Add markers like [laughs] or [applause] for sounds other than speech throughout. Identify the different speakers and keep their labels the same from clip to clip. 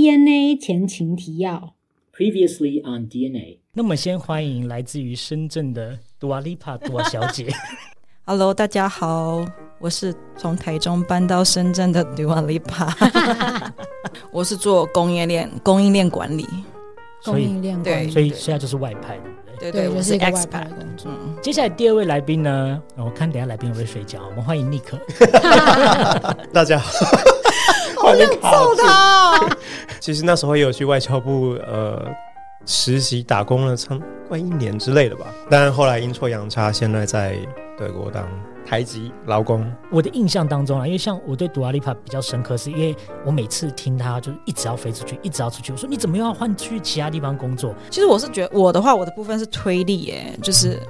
Speaker 1: DNA 前情提要。
Speaker 2: Previously on DNA，
Speaker 3: 那么先欢迎来自于深圳的杜阿丽帕杜阿小姐。
Speaker 4: Hello，大家好，我是从台中搬到深圳的 Dua Lipa，
Speaker 1: [laughs]
Speaker 4: 我是做供应链供应链管理，
Speaker 3: 所
Speaker 1: 供
Speaker 3: 以
Speaker 1: 应链
Speaker 4: 对
Speaker 1: 管理，
Speaker 3: 所以现在就是外派，对不对？
Speaker 1: 对，
Speaker 4: 对我
Speaker 1: 就是一个外
Speaker 4: X
Speaker 1: 派的
Speaker 4: 派，
Speaker 1: 工作。
Speaker 4: 嗯，
Speaker 3: 接下来第二位来宾呢，哦我看等一下来宾会不会睡觉。我们欢迎尼克， [laughs]
Speaker 5: 大家好，好想揍他、其实那时候也有去外交部呃实习打工了，差快一年之类的吧。但后来阴错阳差，现在在德国当台籍劳工。
Speaker 3: 我的印象当中啊，因为像我对杜阿丽帕比较深刻，是因为我每次听她就是一直要飞出去，一直要出去。我说你怎么又要换去其他地方工作？ [laughs]
Speaker 4: 其实我是觉得我的话，我的部分是推力耶，就是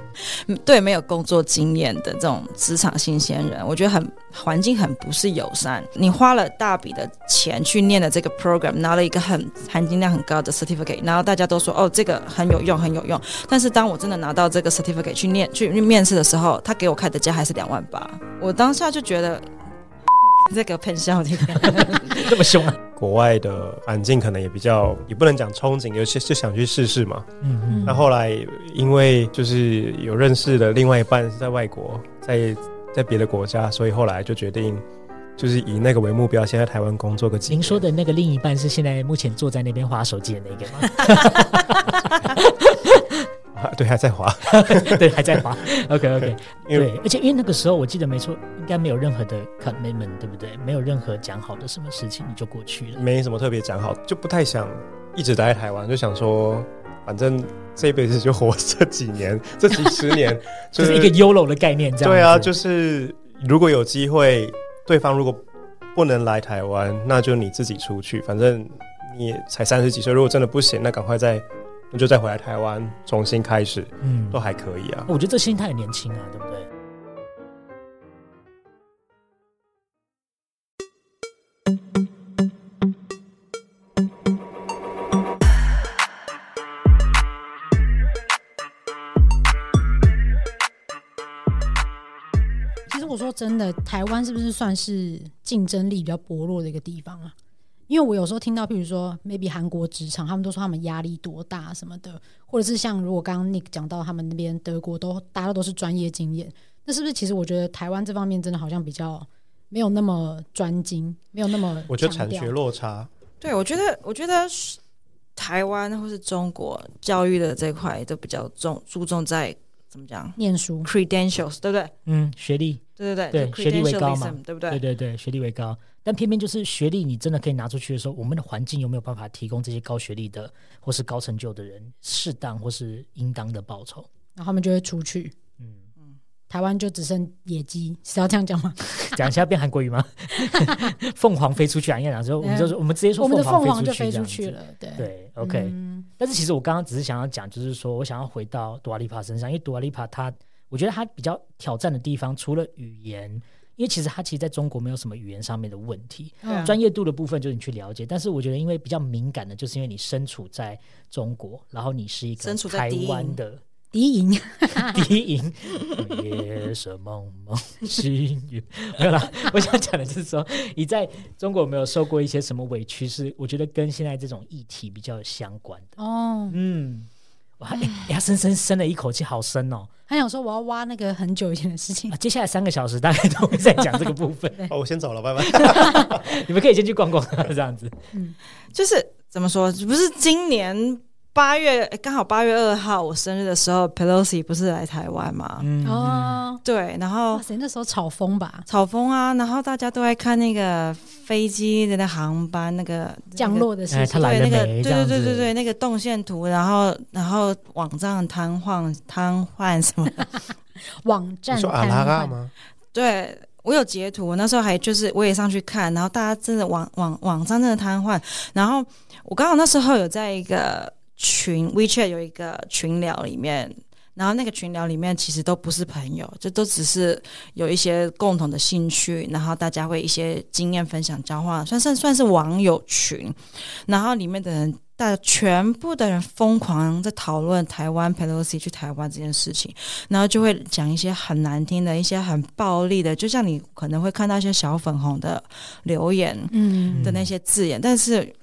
Speaker 4: 嗯对没有工作经验的这种职场新鲜人，我觉得很环境很不是友善。你花了大笔的钱去念了这个 program，拿了一个很含金量很高的 certificate，然后大家都说哦这个很有用很有用，但是当我真的拿到这个 certificate 去念去面试的时候，他给我开的价还是两万八，我当下就觉得 [laughs] 这个喷笑这个。
Speaker 3: 这么凶啊？
Speaker 5: 国外的环境可能也比较，也不能讲憧憬，有些就想去试试嘛。
Speaker 3: 嗯嗯。
Speaker 5: 那后来因为就是有认识的另外一半是在外国，在在别的国家，所以后来就决定就是以那个为目标，先在台湾工作个几年。
Speaker 3: 您说的那个另一半是现在目前坐在那边划手机的那个吗？
Speaker 5: 啊 [laughs] 对，还在华，
Speaker 3: 对，还在划。OK OK。
Speaker 5: 因为
Speaker 3: 对，而且因为那个时候我记得没错，应该没有任何的 commitment，对不对？没有任何讲好的什么事情，你就过去了。
Speaker 5: 没什么特别讲好，就不太想一直待在台湾，就想说，反正这一辈子就活这几年，这几十年，
Speaker 3: [laughs] 就
Speaker 5: 就是
Speaker 3: 一个 YOLO 的概念，这样
Speaker 5: 对啊，
Speaker 3: 子
Speaker 5: 就是如果有机会，对方如果不能来台湾，那就你自己出去，反正你也才三十几岁，如果真的不行，那赶快再那就再回来台湾重新开始，
Speaker 3: 嗯
Speaker 5: 都还可以啊。
Speaker 3: 我觉得这心态很年轻啊，对不对？
Speaker 1: 其实我说真的，台湾是不是算是竞争力比较薄弱的一个地方啊？因为我有时候听到，譬如说，maybe 韩国职场，他们都说他们压力多大什么的，或者是像如果刚刚 Nick 讲到他们那边德国都大家都是专业经验，那是不是其实我觉得台湾这方面真的好像比较没有那么专精，没有那么
Speaker 5: 我觉得
Speaker 1: 强
Speaker 5: 产
Speaker 1: 调
Speaker 5: 学落差，
Speaker 4: 对，我觉得，我觉得是台湾或是中国教育的这块都比较重注重在怎么讲
Speaker 1: 念书，
Speaker 4: credentials，对不对？
Speaker 3: 嗯，学历，
Speaker 4: 对对
Speaker 3: 对
Speaker 4: 对，
Speaker 3: 学历为高嘛
Speaker 4: credentialism，对不
Speaker 3: 对
Speaker 4: 对？
Speaker 3: 对对，学历为高，但偏偏就是学历，你真的可以拿出去的时候，我们的环境有没有办法提供这些高学历的或是高成就的人适当或是应当的报酬？
Speaker 1: 然后他们就会出去，
Speaker 3: 嗯，
Speaker 1: 台湾就只剩野鸡，是要这样讲吗？
Speaker 3: 讲一下变韩国语吗？ [laughs] 凤凰飞出去啊！应该讲说，我们就是我们直接说
Speaker 1: 我们的凤凰
Speaker 3: 凰
Speaker 1: 就
Speaker 3: 飞
Speaker 1: 飞出
Speaker 3: 出
Speaker 1: 去
Speaker 3: 去这样子。啊
Speaker 1: 了，对
Speaker 3: 对，OK，、
Speaker 1: 嗯
Speaker 3: 但是其实我刚刚只是想要讲，就是说我想要回到杜阿丽帕身上，因为杜阿丽帕她，我觉得她比较挑战的地方，除了语言，因为其实她其实在中国没有什么语言上面的问题，
Speaker 4: 对啊
Speaker 3: 专业度的部分就是你去了解。但是我觉得，因为比较敏感的，就是因为你身处在中国，然后你是一个
Speaker 4: 身处在
Speaker 3: 台
Speaker 4: 敌营
Speaker 3: 湾的
Speaker 1: 敌营，
Speaker 3: 敌 [laughs] 营，夜色蒙蒙心雨。没有啦，我想讲的就是说，你在中国有没有受过一些什么委屈是？我觉得跟现在这种议题比较有相关
Speaker 1: [laughs]
Speaker 3: 的。
Speaker 1: 哦，
Speaker 3: 嗯，哇，哎、欸，他深深深了一口气，好深哦、
Speaker 1: 他想说我要挖那个很久以前的事情
Speaker 3: 啊，接下来三个小时大概都会在讲这个部分，
Speaker 5: 哦，我先走
Speaker 3: [laughs]
Speaker 5: 了，拜拜。
Speaker 3: 你们可以先去逛逛这样子。
Speaker 4: 就是怎么说？不是今年八月诶刚好八月二号我生日的时候，Pelosi 不是来台湾嘛？
Speaker 3: [laughs] 嗯，
Speaker 1: 哦。
Speaker 4: 对，然后
Speaker 1: 哇塞，那时候炒风吧，
Speaker 4: 吵风啊，然后大家都在看那个飞机的那航班那个
Speaker 1: 降。落的事
Speaker 3: 哎，
Speaker 1: 情
Speaker 3: 他，来了
Speaker 4: 对那个
Speaker 3: 没？
Speaker 4: 对
Speaker 3: 这样
Speaker 4: 对
Speaker 3: 子，
Speaker 4: 对对对，那个动线图，然后然后网站瘫痪瘫痪什么的，
Speaker 1: 网站
Speaker 3: [laughs]
Speaker 5: 你说阿啊
Speaker 1: 瘫
Speaker 3: 啊
Speaker 5: 拉
Speaker 1: 痪
Speaker 5: 嘎？吗？
Speaker 4: 对我有截图，那时候还就是我也上去看，然后大家真的网网网站真的瘫痪，然后我刚好那时候有在一个群 WeChat 有一个群聊里面。然后那个群聊里面其实都不是朋友，就都只是有一些共同的兴趣，然后大家会一些经验分享交换，算是算是网友群。然后里面的人，大全部的人疯狂在讨论台湾 Pelosi 去台湾这件事情，然后就会讲一些很难听的、一些很暴力的，就像你可能会看到一些小粉红的留言
Speaker 1: 嗯，
Speaker 4: 的那些字眼，但是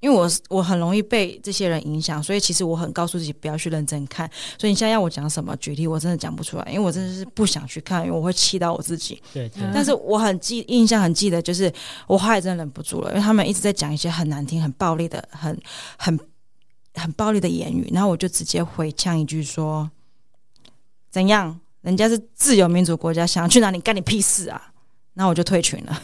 Speaker 4: 因为我是我很容易被这些人影响，所以其实我很告诉自己不要去认真看。所以你现在要我讲什么举例，我真的讲不出来，因为我真的是不想去看，因为我会气到我自己。
Speaker 3: 对
Speaker 1: 嗯
Speaker 3: 对， [laughs]
Speaker 4: 但是我很记印象很记得，就是我后来真的忍不住了，因为他们一直在讲一些很难听、很暴力的、很很很暴力的言语，然后我就直接回呛一句说：“怎样？人家是自由民主国家，想要去哪里干你屁事啊！”然后我就退群了。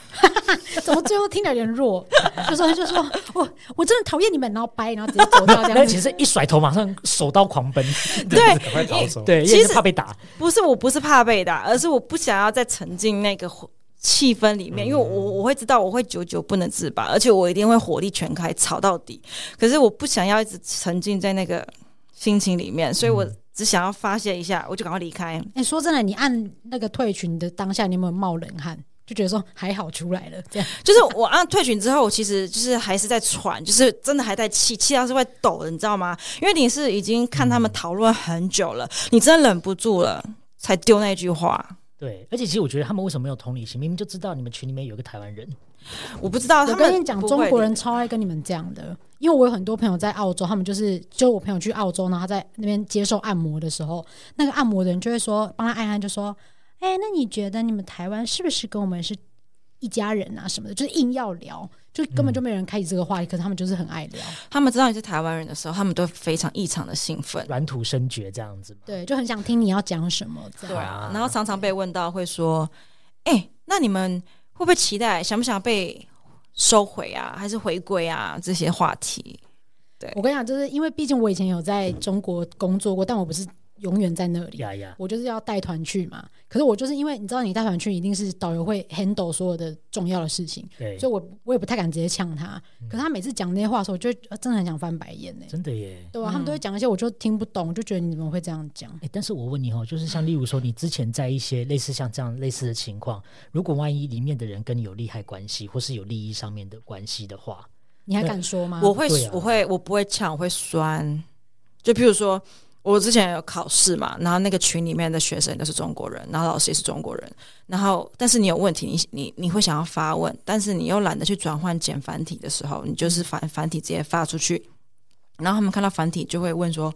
Speaker 1: 怎么最后听起来有点弱？就说就说我我真的讨厌你们，然后掰，然后直接走掉这
Speaker 3: [laughs] 那
Speaker 1: 样
Speaker 3: 其
Speaker 1: 子。
Speaker 3: 实一甩头马上手刀狂奔，
Speaker 4: 对，
Speaker 5: 赶快逃走。
Speaker 3: [laughs] 对，因
Speaker 4: 其
Speaker 3: 为
Speaker 4: 实
Speaker 3: 怕被打，
Speaker 4: 不是我不是怕被打，而是我不想要再沉浸那个火气氛里
Speaker 1: 嗯
Speaker 4: 面，因为我我会知道我会久久不能自拔，而且我一定会火力全开吵到底。可是我不想要一直沉浸在那个心情里面，所以
Speaker 1: 嗯
Speaker 4: 我只想要发泄一下，我就赶快离开。
Speaker 1: 哎、说真的，你按那个退群的当下，你有没有冒冷汗？就觉得说还好出来了，这样
Speaker 4: 就是我按退群之后，我其实就是还是在喘，就是真的还在气，气到是会抖的，你知道吗？因为你是已经看他们
Speaker 1: 嗯
Speaker 4: 讨论很久了，你真的忍不住了，才丢那句话。
Speaker 3: 对，而且其实我觉得他们为什么没有同理心？明明就知道你们群里面有一个台湾人，
Speaker 4: 我不知道啊他
Speaker 1: 我
Speaker 4: 们
Speaker 1: 跟你讲，
Speaker 4: 不会
Speaker 1: 中国
Speaker 4: 理
Speaker 1: 人超爱跟你们这样的，因为我有很多朋友在澳洲，他们就是就我朋友去澳洲，然后他在那边接受按摩的时候，那个按摩的人就会说，帮他按一按，就说，哎、那你觉得你们台湾是不是跟我们是一家人啊什么的？就是硬要聊，就根本就没有人开启这个话题，可是他们就是很爱聊，
Speaker 4: 他们知道你是台湾人的时候，他们都非常异常的兴奋。
Speaker 3: 软土生绝这样子嘛。
Speaker 1: 对，就很想听你要讲什么这样。
Speaker 3: 啊
Speaker 4: 然后常常被问到会说：“哎、那你们会不会期待，想不想被收回啊，还是回归啊？”这些话题，
Speaker 1: 我跟你讲，就是因为毕竟我以前有在中国工作过，但我不是永远在那里。
Speaker 3: 呀呀，
Speaker 1: 我就是要带团去嘛。可是我就是因为你知道，你带团去一定是导游会 handle 所有的重要的事情，
Speaker 3: 对，
Speaker 1: 所以我我也不太敢直接呛他。可是他每次讲那些话的时候，我就会呃真的很想翻白眼呢、
Speaker 3: 真的耶。
Speaker 1: 对啊，他们都会讲一些我就听不懂，我就觉得你怎么会这样讲？
Speaker 3: 哎，但是我问你哦，就是像例如说，你之前在一些类似像这样类似的情况，如果万一里面的人跟你有利害关系，或是有利益上面的关系的话，
Speaker 1: 你还敢说吗？
Speaker 4: 我会
Speaker 3: 对啊，
Speaker 4: 我会，我不会呛，我会酸。就譬如说，我之前有考试嘛，然后那个群里面的学生都是中国人，然后老师也是中国人，然后但是你有问题，你你你会想要发问，但是你又懒得去转换简繁体的时候，你
Speaker 3: 嗯
Speaker 4: 就是繁繁体直接发出去，然后他们看到繁体就会问说：“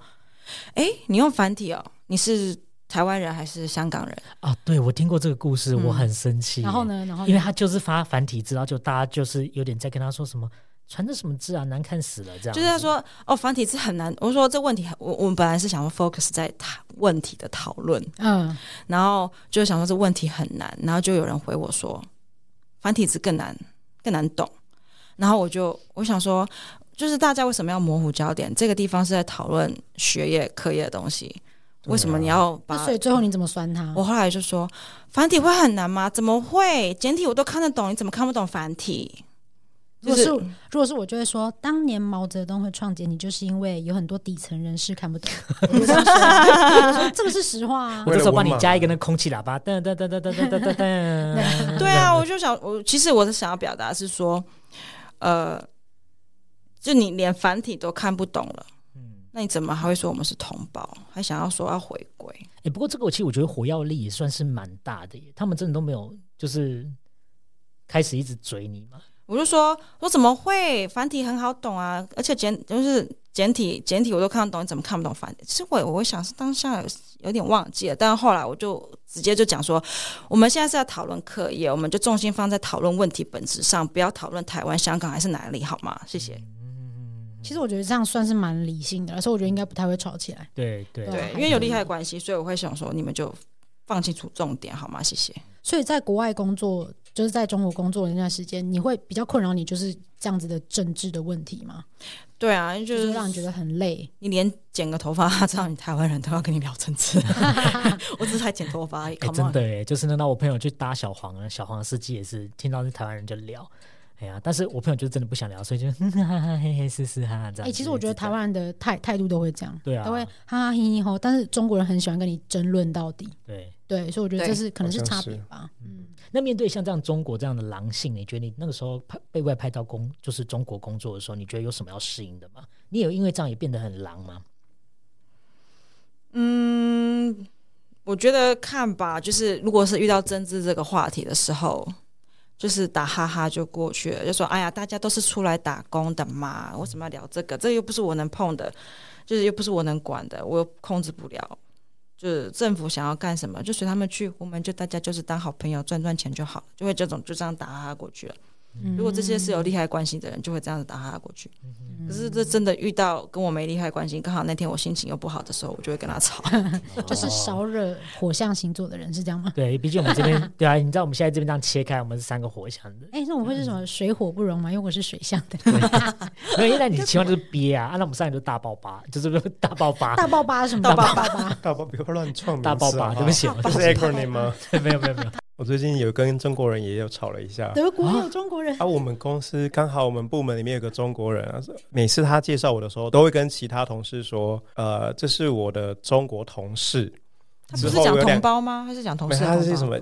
Speaker 4: 哎，你用繁体哦，你是台湾人还是香港人
Speaker 3: 啊，对我听过这个故事，我很生气。
Speaker 1: 嗯然后？呢？然后呢
Speaker 3: 因为他就是发繁体字，然后就大家就是有点在跟他说什么传的什么字啊，难看死了这样？”。
Speaker 4: 就是他，说：“哦，繁体字很难。”我说：“这问题很，我我们本来是想要 focus 在讨问题的讨论。”
Speaker 1: 嗯，
Speaker 4: 然后就想说这问题很难，然后就有人回我说，繁体字更难，更难懂。然后我就我想说，就是大家为什么要模糊焦点？这个地方是在讨论学业、课业的东西，为什么你要把
Speaker 1: 啊那？所以最后你怎么酸他
Speaker 4: 我？后来就说，繁体会很难吗？怎么会？简体我都看得懂，你怎么看不懂繁体？
Speaker 1: 如
Speaker 4: 就
Speaker 1: 果是如果是我，就会说，当年毛泽东会创建你，就是因为有很多底层人士看不懂。我就这样说 [laughs] 我说这个是实话啊
Speaker 3: 我。
Speaker 5: 为
Speaker 3: 这
Speaker 5: 了
Speaker 3: 时候帮
Speaker 5: 文
Speaker 3: 你
Speaker 5: 盲
Speaker 3: 加一个那空气喇叭，噔噔噔噔噔噔
Speaker 1: [laughs]
Speaker 3: 噔噔
Speaker 4: 对啊，我就想，我其实我是想要表达是说，呃，就你连繁体都看不懂了，嗯，那你怎么还会说我们是同胞？还想要说要回归？
Speaker 3: 哎、不过这个我其实我觉得火药力也算是蛮大的耶，他们真的都没有就是开始一直追你嘛。
Speaker 4: 我就说，我怎么会繁体很好懂啊？而且简就是简体，简体我都看得懂，你怎么看不懂繁体？其实我我想是当下有有点忘记了，但后来我就直接就讲说，我们现在是在讨论课业，我们就重心放在讨论问题本质上，不要讨论台湾、香港还是哪里，好吗？谢谢。
Speaker 1: 其实我觉得这样算是蛮理性的，而且我觉得应该不太会吵起来。
Speaker 3: 对对
Speaker 1: 对
Speaker 4: 对，因为有利害关系，所以我会想说，你们就放清楚重点好吗？谢谢。
Speaker 1: 所以在国外工作，就是在中国工作的那段时间，你会比较困扰你就是这样子的政治的问题吗？
Speaker 4: 对啊，就
Speaker 1: 就是
Speaker 4: 是
Speaker 1: 让你觉得很累。
Speaker 4: 你连剪个头发， [laughs] 知道你台湾人都要跟你聊政 [laughs] 治。我只是才剪头发而已，
Speaker 3: 哎、
Speaker 4: come
Speaker 3: 真
Speaker 4: on
Speaker 3: 的哎，就是那到我朋友去搭小黄啊，小黄的司机也是听到是台湾人就聊，哎呀，但是我朋友就真的不想聊，所以就 [laughs] 哼哈哈哈嘿嘿是是哈哈这样子。
Speaker 1: 哎、其实我觉得
Speaker 3: 一直
Speaker 1: 台湾人的态态度都会这样，
Speaker 3: 对啊
Speaker 1: 都会哈哈嘿嘿吼，但是中国人很喜欢跟你争论到底。
Speaker 3: 这样对。
Speaker 1: 对，所以我觉得
Speaker 4: 对
Speaker 1: 这是可能是
Speaker 5: 好像
Speaker 1: 差
Speaker 5: 是
Speaker 1: 别吧。嗯，
Speaker 3: 那面对像这样中国这样的狼性，你觉得你那个时候派被外派到工，就是中国工作的时候，你觉得有什么要适应的吗？你有因为这样也变得很狼吗？
Speaker 4: 嗯，我觉得看吧，就是如果是遇到政治这个话题的时候，就是打哈哈就过去了，就说哎呀，大家都是出来打工的嘛，为什么要聊这个？这又不是我能碰的，就是又不是我能管的，我又控制不了。就是政府想要干什么，就随他们去，我们就大家就是当好朋友，赚赚钱就好了，就会这种就这样打哈哈过去了。
Speaker 5: 嗯
Speaker 1: 嗯
Speaker 4: 如果这些是有利害关系的人，就会这样子打哈哈过去。可是这真的遇到跟我没利害关系，刚好那天我心情又不好的时候，我就会跟他吵。
Speaker 1: 就是少惹火象星座的人是这样吗？ [laughs]
Speaker 3: 对，毕竟我们这 [laughs] 边对啊，你知道我们现在这边这样切开，我们是三个火象的，
Speaker 1: 哎、那我会是什么水火不容吗？因为我是水象的，
Speaker 3: 没有，因为那你情况就是憋啊，啊，那我们上一个就是大爆发，就是不是大爆发，
Speaker 1: 大爆八是什么？大爆
Speaker 4: 爆
Speaker 1: 八，
Speaker 5: 大爆别乱创
Speaker 3: [laughs]
Speaker 5: 名
Speaker 3: 大爆
Speaker 5: 字好
Speaker 3: 发，
Speaker 5: 好
Speaker 3: 对不起，我
Speaker 5: 这是 acronym 吗？
Speaker 3: 没有没有没有，
Speaker 5: 我最近有跟中国人也有吵了一下。
Speaker 1: 德国有中国人，
Speaker 5: 啊，我们公司刚好我们部门里面有个中国人啊，每次他介绍我的时候，都会跟其他同事说，呃，这是我的中国同事。
Speaker 4: 他
Speaker 5: 之
Speaker 4: 不是
Speaker 5: 后
Speaker 4: 讲
Speaker 5: 有两
Speaker 4: 同胞吗？他是讲同
Speaker 5: 没
Speaker 4: 事
Speaker 5: 有，
Speaker 4: 的同
Speaker 5: 他
Speaker 4: 胞？
Speaker 5: 是什么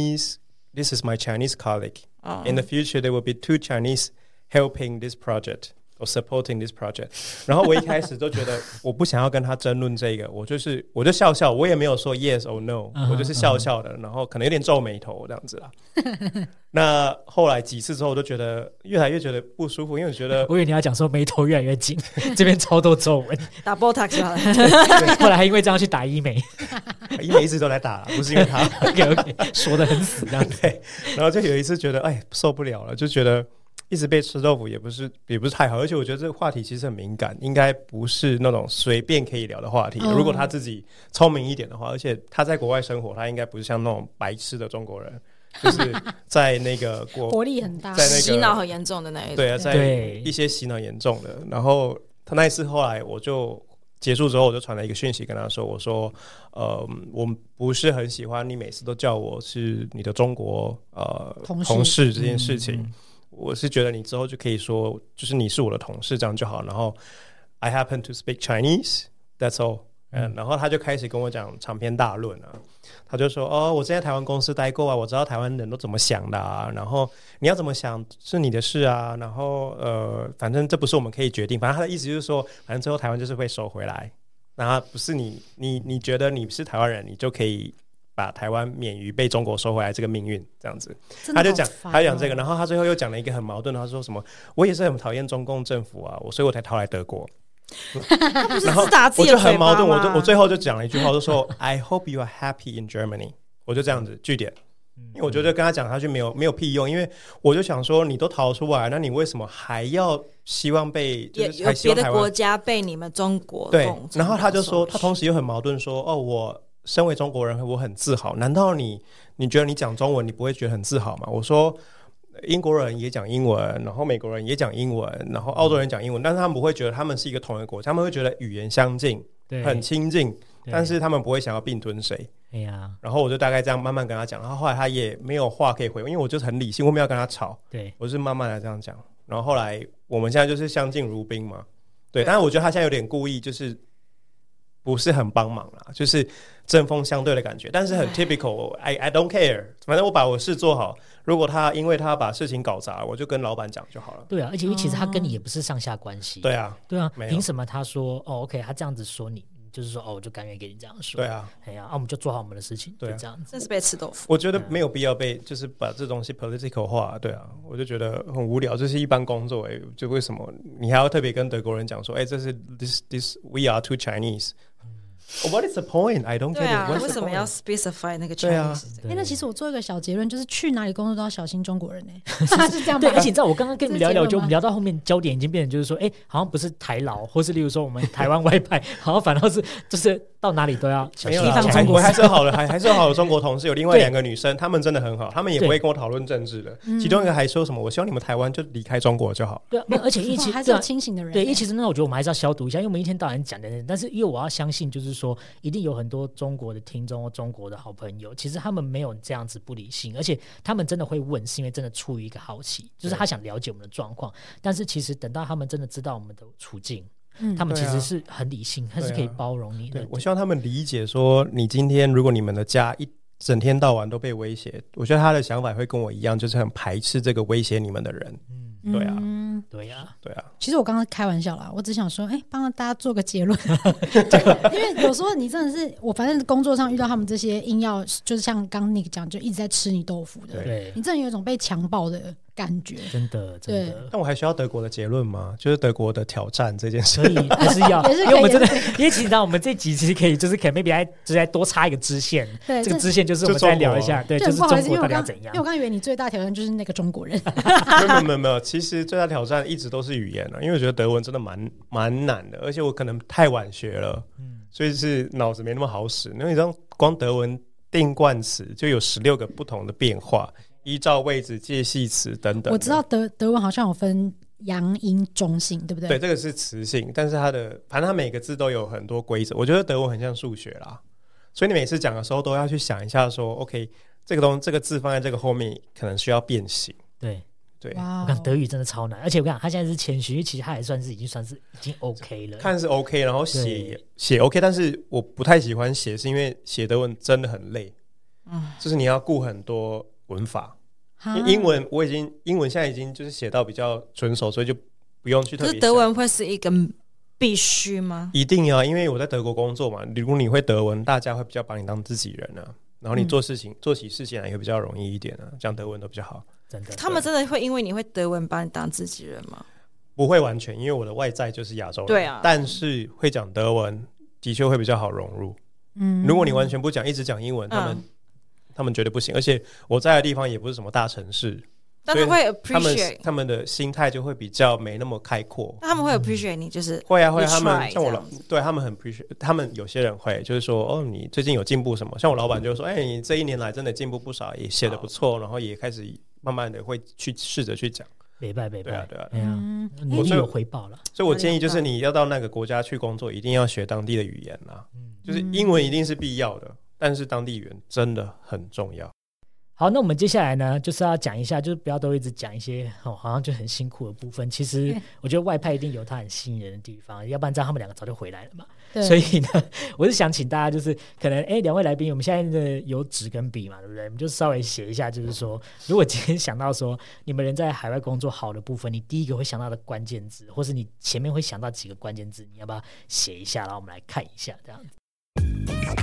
Speaker 5: Chinese？This is my Chinese colleague.
Speaker 4: 啊
Speaker 5: In the future, there will be two Chinese helping this project or supporting this project. 然后我一开始就觉得我不想要跟他争论这个，我就是我就笑笑，我也没有说 yes or no，、
Speaker 3: 嗯哼
Speaker 5: 我就是笑笑的，然后可能有点皱眉头这样子
Speaker 3: [laughs]
Speaker 5: 啦。那后来几次之后，我就觉得越来越觉得不舒服，因为我觉得
Speaker 3: 我以为你要讲说眉头越来越紧，这边超多皱 [laughs] 纹，
Speaker 4: 打 Botox
Speaker 5: [laughs]
Speaker 4: 好了
Speaker 3: 后来还因为这样去打医 [laughs] 美
Speaker 5: 因哎为一直都在打，不是因为他。
Speaker 3: ，OK OK，说的很死这样子，
Speaker 5: [laughs] 对，然后就有一次觉得哎受不了了，就觉得一直被吃豆腐也不是也不是太好，而且我觉得这个话题其实很敏感，应该不是那种随便可以聊的话题。
Speaker 1: 嗯
Speaker 5: 如果他自己聪明一点的话，而且他在国外生活，他应该不是像那种白痴的中国人，就是在那个国
Speaker 1: 活力很大
Speaker 5: 哦在。那个
Speaker 4: 洗脑很严重的那一种。
Speaker 5: 对啊，在
Speaker 3: 对
Speaker 5: 一些洗脑严重的。然后他那一次后来我就。结束之后，我就传了一个讯息跟他说：“我说，呃，我不是很喜欢你每次都叫我是你的中国呃
Speaker 1: 同事
Speaker 5: 同事这件事情。我是觉得你之后就可以说，就是你是我的同事这样就好。然后 I happen to speak Chinese, that's all。嗯，然后他就开始跟我讲长篇大论啊，他就说哦，我之前在台湾公司待过啊，我知道台湾人都怎么想的啊，然后你要怎么想是你的事啊，然后呃，反正这不是我们可以决定，反正他的意思就是说，反正最后台湾就是会收回来，然后不是你你你觉得你是台湾人，你就可以把台湾免于被中国收回来这个命运这样子。
Speaker 1: 真的
Speaker 5: 他就
Speaker 1: 好
Speaker 5: 讲，
Speaker 1: 烦
Speaker 5: 他就讲
Speaker 1: 哦
Speaker 5: 这个，然后他最后又讲了一个很矛盾的，他说什么？我也是很讨厌中共政府啊，我所以我才逃来德国。
Speaker 4: 不是
Speaker 5: 然后
Speaker 4: 自打自
Speaker 5: 我
Speaker 4: 己的
Speaker 5: 就
Speaker 4: 嘴
Speaker 5: 很
Speaker 4: 巴
Speaker 5: 矛
Speaker 4: 吗？
Speaker 5: 盾，我就我最后就讲了一句话，我
Speaker 4: [laughs]
Speaker 5: 就说 I hope you are happy in Germany，我就这样子句点。因为我觉得跟他讲下去没有没有屁用，因为我就想说你都逃出来，那你为什么还要希望被
Speaker 4: 也
Speaker 5: 就是
Speaker 4: 有
Speaker 5: 还希
Speaker 4: 别
Speaker 5: 望
Speaker 4: 的
Speaker 5: 台
Speaker 4: 国
Speaker 5: 湾？
Speaker 4: 家被你们中国
Speaker 5: 对
Speaker 4: 共，
Speaker 5: 然后他就说，
Speaker 4: 中国收回去
Speaker 5: 他同时又很矛盾说，哦，我身为中国人，我很自豪。难道你你觉得你讲中文，你不会觉得很自豪吗？我说。英国人也讲英文，然后美国人也讲英文，然后澳洲人讲
Speaker 3: 嗯
Speaker 5: 英文，但是他们不会觉得他们是一个同一个国家，他们会觉得语言相近，
Speaker 3: 对，
Speaker 5: 很亲近，
Speaker 3: 对
Speaker 5: 但是他们不会想要并吞谁。
Speaker 3: 哎呀，
Speaker 5: 然后我就大概这样慢慢跟他讲，然后后来他也没有话可以回，因为我就是很理性，我没有跟他吵，
Speaker 3: 对，
Speaker 5: 我是慢慢来这样讲。然后后来我们现在就是相敬如宾嘛，对。但是我觉得他现在有点故意，就是不是很帮忙啦，就是针锋相对的感觉，但是很 typical，I I don't care，反正我把我事做好。如果他因为他把事情搞砸，我就跟老板讲就好了。
Speaker 3: 对啊，而且因为其实他跟你也不是上下关系，
Speaker 5: 对啊，
Speaker 3: 对啊
Speaker 5: 没，有
Speaker 3: 凭什么他说哦 OK，他这样子说你，你就是说哦，我就甘愿给你这样说，
Speaker 5: 对，啊，
Speaker 3: 哎呀，啊，我们就做好我们的事情，就
Speaker 5: 对啊
Speaker 3: 这样子，
Speaker 4: 真是被吃豆腐。
Speaker 5: 我觉得没有必要被，就是把这东西 political 化，对啊，我就觉得很无聊，这是一般工作、欸，就为什么你还要特别跟德国人讲说，哎、这是 this this we are two Chinese。What 嗯 is the point? I don't get
Speaker 4: 对
Speaker 5: it.
Speaker 4: 啊，
Speaker 5: What's the
Speaker 4: 为什么要
Speaker 5: point？
Speaker 4: specify 那个
Speaker 5: 对啊
Speaker 4: Chinese？
Speaker 1: 哎、那其实我做一个小结论，就是去哪里工作都要小心中国人呢、欸
Speaker 3: [laughs]
Speaker 1: 是这样吧
Speaker 3: 对，而且
Speaker 1: [laughs]
Speaker 3: 你知道，我刚刚跟你们聊一聊，
Speaker 1: 这是结论吗
Speaker 3: 就我们聊到后面，焦点已经变成就是说，哎、好像不是台劳，或是例如说我们台湾外派， [laughs] 好像反倒是就是到哪里都要小
Speaker 5: 没
Speaker 3: 心啊
Speaker 5: 有
Speaker 3: 一
Speaker 5: 啦，
Speaker 3: 防
Speaker 5: 还
Speaker 3: 中
Speaker 5: 我
Speaker 3: 国。
Speaker 5: 还是有好的， [laughs] 还还是有好的中国同事，有另外
Speaker 3: 对
Speaker 5: 两个女生，她们真的很好，她们也不会跟我讨论政治的。
Speaker 4: 嗯
Speaker 5: 其中一个还说什么，我希望你们台湾就离开中国就好。
Speaker 3: 对啊，没有，而且一起
Speaker 1: 哇还是
Speaker 3: 对
Speaker 1: 有
Speaker 3: 啊。
Speaker 1: 清醒的人、欸
Speaker 3: 对，因为其实那我觉得我们还是要消毒一下，因为我们一天到晚讲的，但是因为我要相信，就是说一定有很多中国的听众或中国的好朋友，其实他们没有这样子不理性，而且他们真的会问，是因为真的出于一个好奇，就是他想了解我们的状况。但是其实等到他们真的知道我们的处境，
Speaker 1: 嗯
Speaker 3: 他们其
Speaker 5: 对啊
Speaker 3: 实是很理性，他是可以包容你的
Speaker 5: 对，我希望他们理解说，你今天如果你们的家一整天到晚都被威胁，我觉得他的想法会跟我一样，就是很排斥这个威胁你们的人。对啊
Speaker 1: 嗯
Speaker 3: 对呀、
Speaker 5: 对啊，
Speaker 1: 其实我刚刚开玩笑啦，我只想说，哎、帮大家做个
Speaker 3: [laughs]
Speaker 1: 结论，因为有时候你真的是我，反正工作上遇到他们这些硬要，就是像刚刚 Nick 讲，就一直在吃你豆腐的，
Speaker 5: 对
Speaker 3: 对，
Speaker 1: 你真的有一种被强暴的感觉。
Speaker 3: 真的真的。
Speaker 5: 但我还需要德国的结论吗？就是德国的挑战这件事 [laughs]
Speaker 3: 所。以还是要，
Speaker 1: 也是
Speaker 3: 因
Speaker 1: 可以
Speaker 3: 为我们真的
Speaker 1: 也，
Speaker 3: 因为其实呢，我们这集其实可以，就是可能 maybe 还只再多插一个支线，
Speaker 1: 对，
Speaker 3: 这个
Speaker 1: 这
Speaker 3: 支线就是我们再聊一下，对，
Speaker 1: 这
Speaker 3: 就
Speaker 1: 很
Speaker 3: 是
Speaker 1: 不好意
Speaker 3: 中
Speaker 1: 思，因为
Speaker 3: 国到
Speaker 1: 我
Speaker 3: 底要
Speaker 1: 刚
Speaker 3: 怎
Speaker 1: 因
Speaker 3: 样
Speaker 1: 为我？刚以为你最大挑战就是那个中国人，
Speaker 5: 没有没有没有没有，其实最大挑战一直都是语言啊了、因为我觉得德文真的蛮蛮难的，而且我可能太晚学了，
Speaker 1: 嗯
Speaker 5: 所以是脑子没那么好使。因为你知道，光德文定冠词就有十六个不同的变化，依照位置、介系词等等。
Speaker 1: 我知道，德德文好像有分阳阴中性，对不对？
Speaker 5: 对，这个是词性，但是它的反正它每个字都有很多规则。我觉得德文很像数学啦，所以你每次讲的时候都要去想一下说，OK，这个东这个字放在这个后面可能需要变形。
Speaker 3: 对，
Speaker 5: 对，
Speaker 1: 哇哦，
Speaker 3: 我讲德语真的超难，而且我跟你讲，他现在是谦虚，因为其实他还算是已经算是已经 OK 了。
Speaker 5: 看是 OK，然后写
Speaker 3: 对
Speaker 5: 也写 OK，但是我不太喜欢写，是因为写德文真的很累，
Speaker 4: 嗯，
Speaker 5: 就是你要顾很多文法。
Speaker 1: 哈
Speaker 5: 因英文我已经英文现在已经就是写到比较纯熟，所以就不用去特
Speaker 4: 可
Speaker 5: 别
Speaker 4: 是
Speaker 5: 想。
Speaker 4: 德文会是一个必须吗？
Speaker 5: 一定啊要，因为我在德国工作嘛，如果你会德文，大家会比较把你当自己人啊。然后你
Speaker 1: 嗯
Speaker 5: 做事情、做起事情来也比较容易一点啊，讲德文都比较好。
Speaker 3: 真的，
Speaker 4: 他们真的会因为你会德文把你当自己人吗？
Speaker 5: 不会完全，因为我的外在就是亚洲人，
Speaker 4: 对啊
Speaker 5: 但是会讲德文的确会比较好融入。
Speaker 1: 嗯
Speaker 5: 如果你完全不讲，一直讲英文，他们、
Speaker 4: 嗯
Speaker 5: 他们觉得不行。而且我在的地方也不是什么大城市，
Speaker 4: 但他会
Speaker 5: 他们
Speaker 4: appreciate，
Speaker 5: 他们的心态就会比较没那么开阔。
Speaker 4: 那他们会 appreciate 你，就是
Speaker 5: 会啊会啊，
Speaker 4: You
Speaker 5: 他们
Speaker 4: try
Speaker 5: 像我
Speaker 4: 这
Speaker 5: 老
Speaker 4: 样子
Speaker 5: 对他们很 appreciate，他们有些人会就是说哦，你最近有进步什么？像我老板就说，哎，你这一年来真的进步不少，也写的不错，然后也开始慢慢的会去试着去讲。
Speaker 3: 北拜北
Speaker 5: 对啊
Speaker 3: 拜，
Speaker 5: 对啊，
Speaker 3: 哎呀，
Speaker 1: 嗯
Speaker 3: 努力有回报了，
Speaker 5: 所以我建议
Speaker 4: 哎
Speaker 5: 就是你要到那个国家去工作，一定要学当地的语言啦，就是英
Speaker 4: 嗯
Speaker 5: 文一定是必要的，但是当地语言真的很重要。
Speaker 3: 好，那我们接下来呢，就是要讲一下，就是不要都一直讲一些哦，好像就很辛苦的部分。其实
Speaker 1: 对
Speaker 3: 我觉得外派一定有它很吸引人的地方，要不然这样他们两个早就回来了嘛。
Speaker 1: 对
Speaker 3: 啊所以呢， [laughs] 我是想请大家就是可能哎，两位来宾，我们现在的有纸跟笔嘛，对不对？我们就稍微写一下，就是说，如果今天想到说你们人在海外工作好的部分，你第一个会想到的关键字，或是你前面会想到几个关键字，你要不要写一下，然后我们来看一下这样子。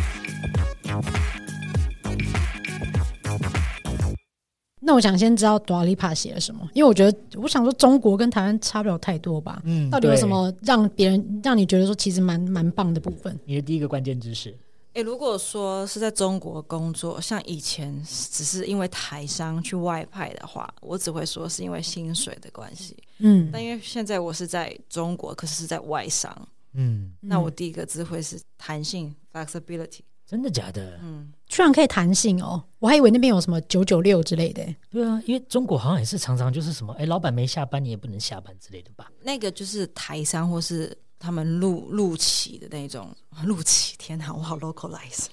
Speaker 1: 那我想先知道 Dua Lipa 写了什么，因为我觉得我想说中国跟台湾差不了太多吧。
Speaker 3: 嗯
Speaker 1: 到底有
Speaker 3: 对
Speaker 1: 什么让别人让你觉得说其实蛮蛮棒的部分？
Speaker 3: 你的第一个关键字是？
Speaker 4: 诶，如果说是在中国工作，像以前只是因为台商去外派的话，我只会说是因为薪水的关系。
Speaker 1: 嗯，
Speaker 4: 但因为现在我是在中国，可是是在外商，
Speaker 3: 嗯，
Speaker 4: 那我第一个字会是弹性 （flexibility）。
Speaker 3: 真的假的？
Speaker 4: 嗯，
Speaker 1: 居然可以弹性哦，我还以为那边有什么九九六之类的欸。
Speaker 3: 对啊，因为中国好像也是常常就是什么，哎，老板没下班，你也不能下班之类的吧？
Speaker 4: 那个就是台商或是他们陆陆企的那种陆企。天哪，我好 localize。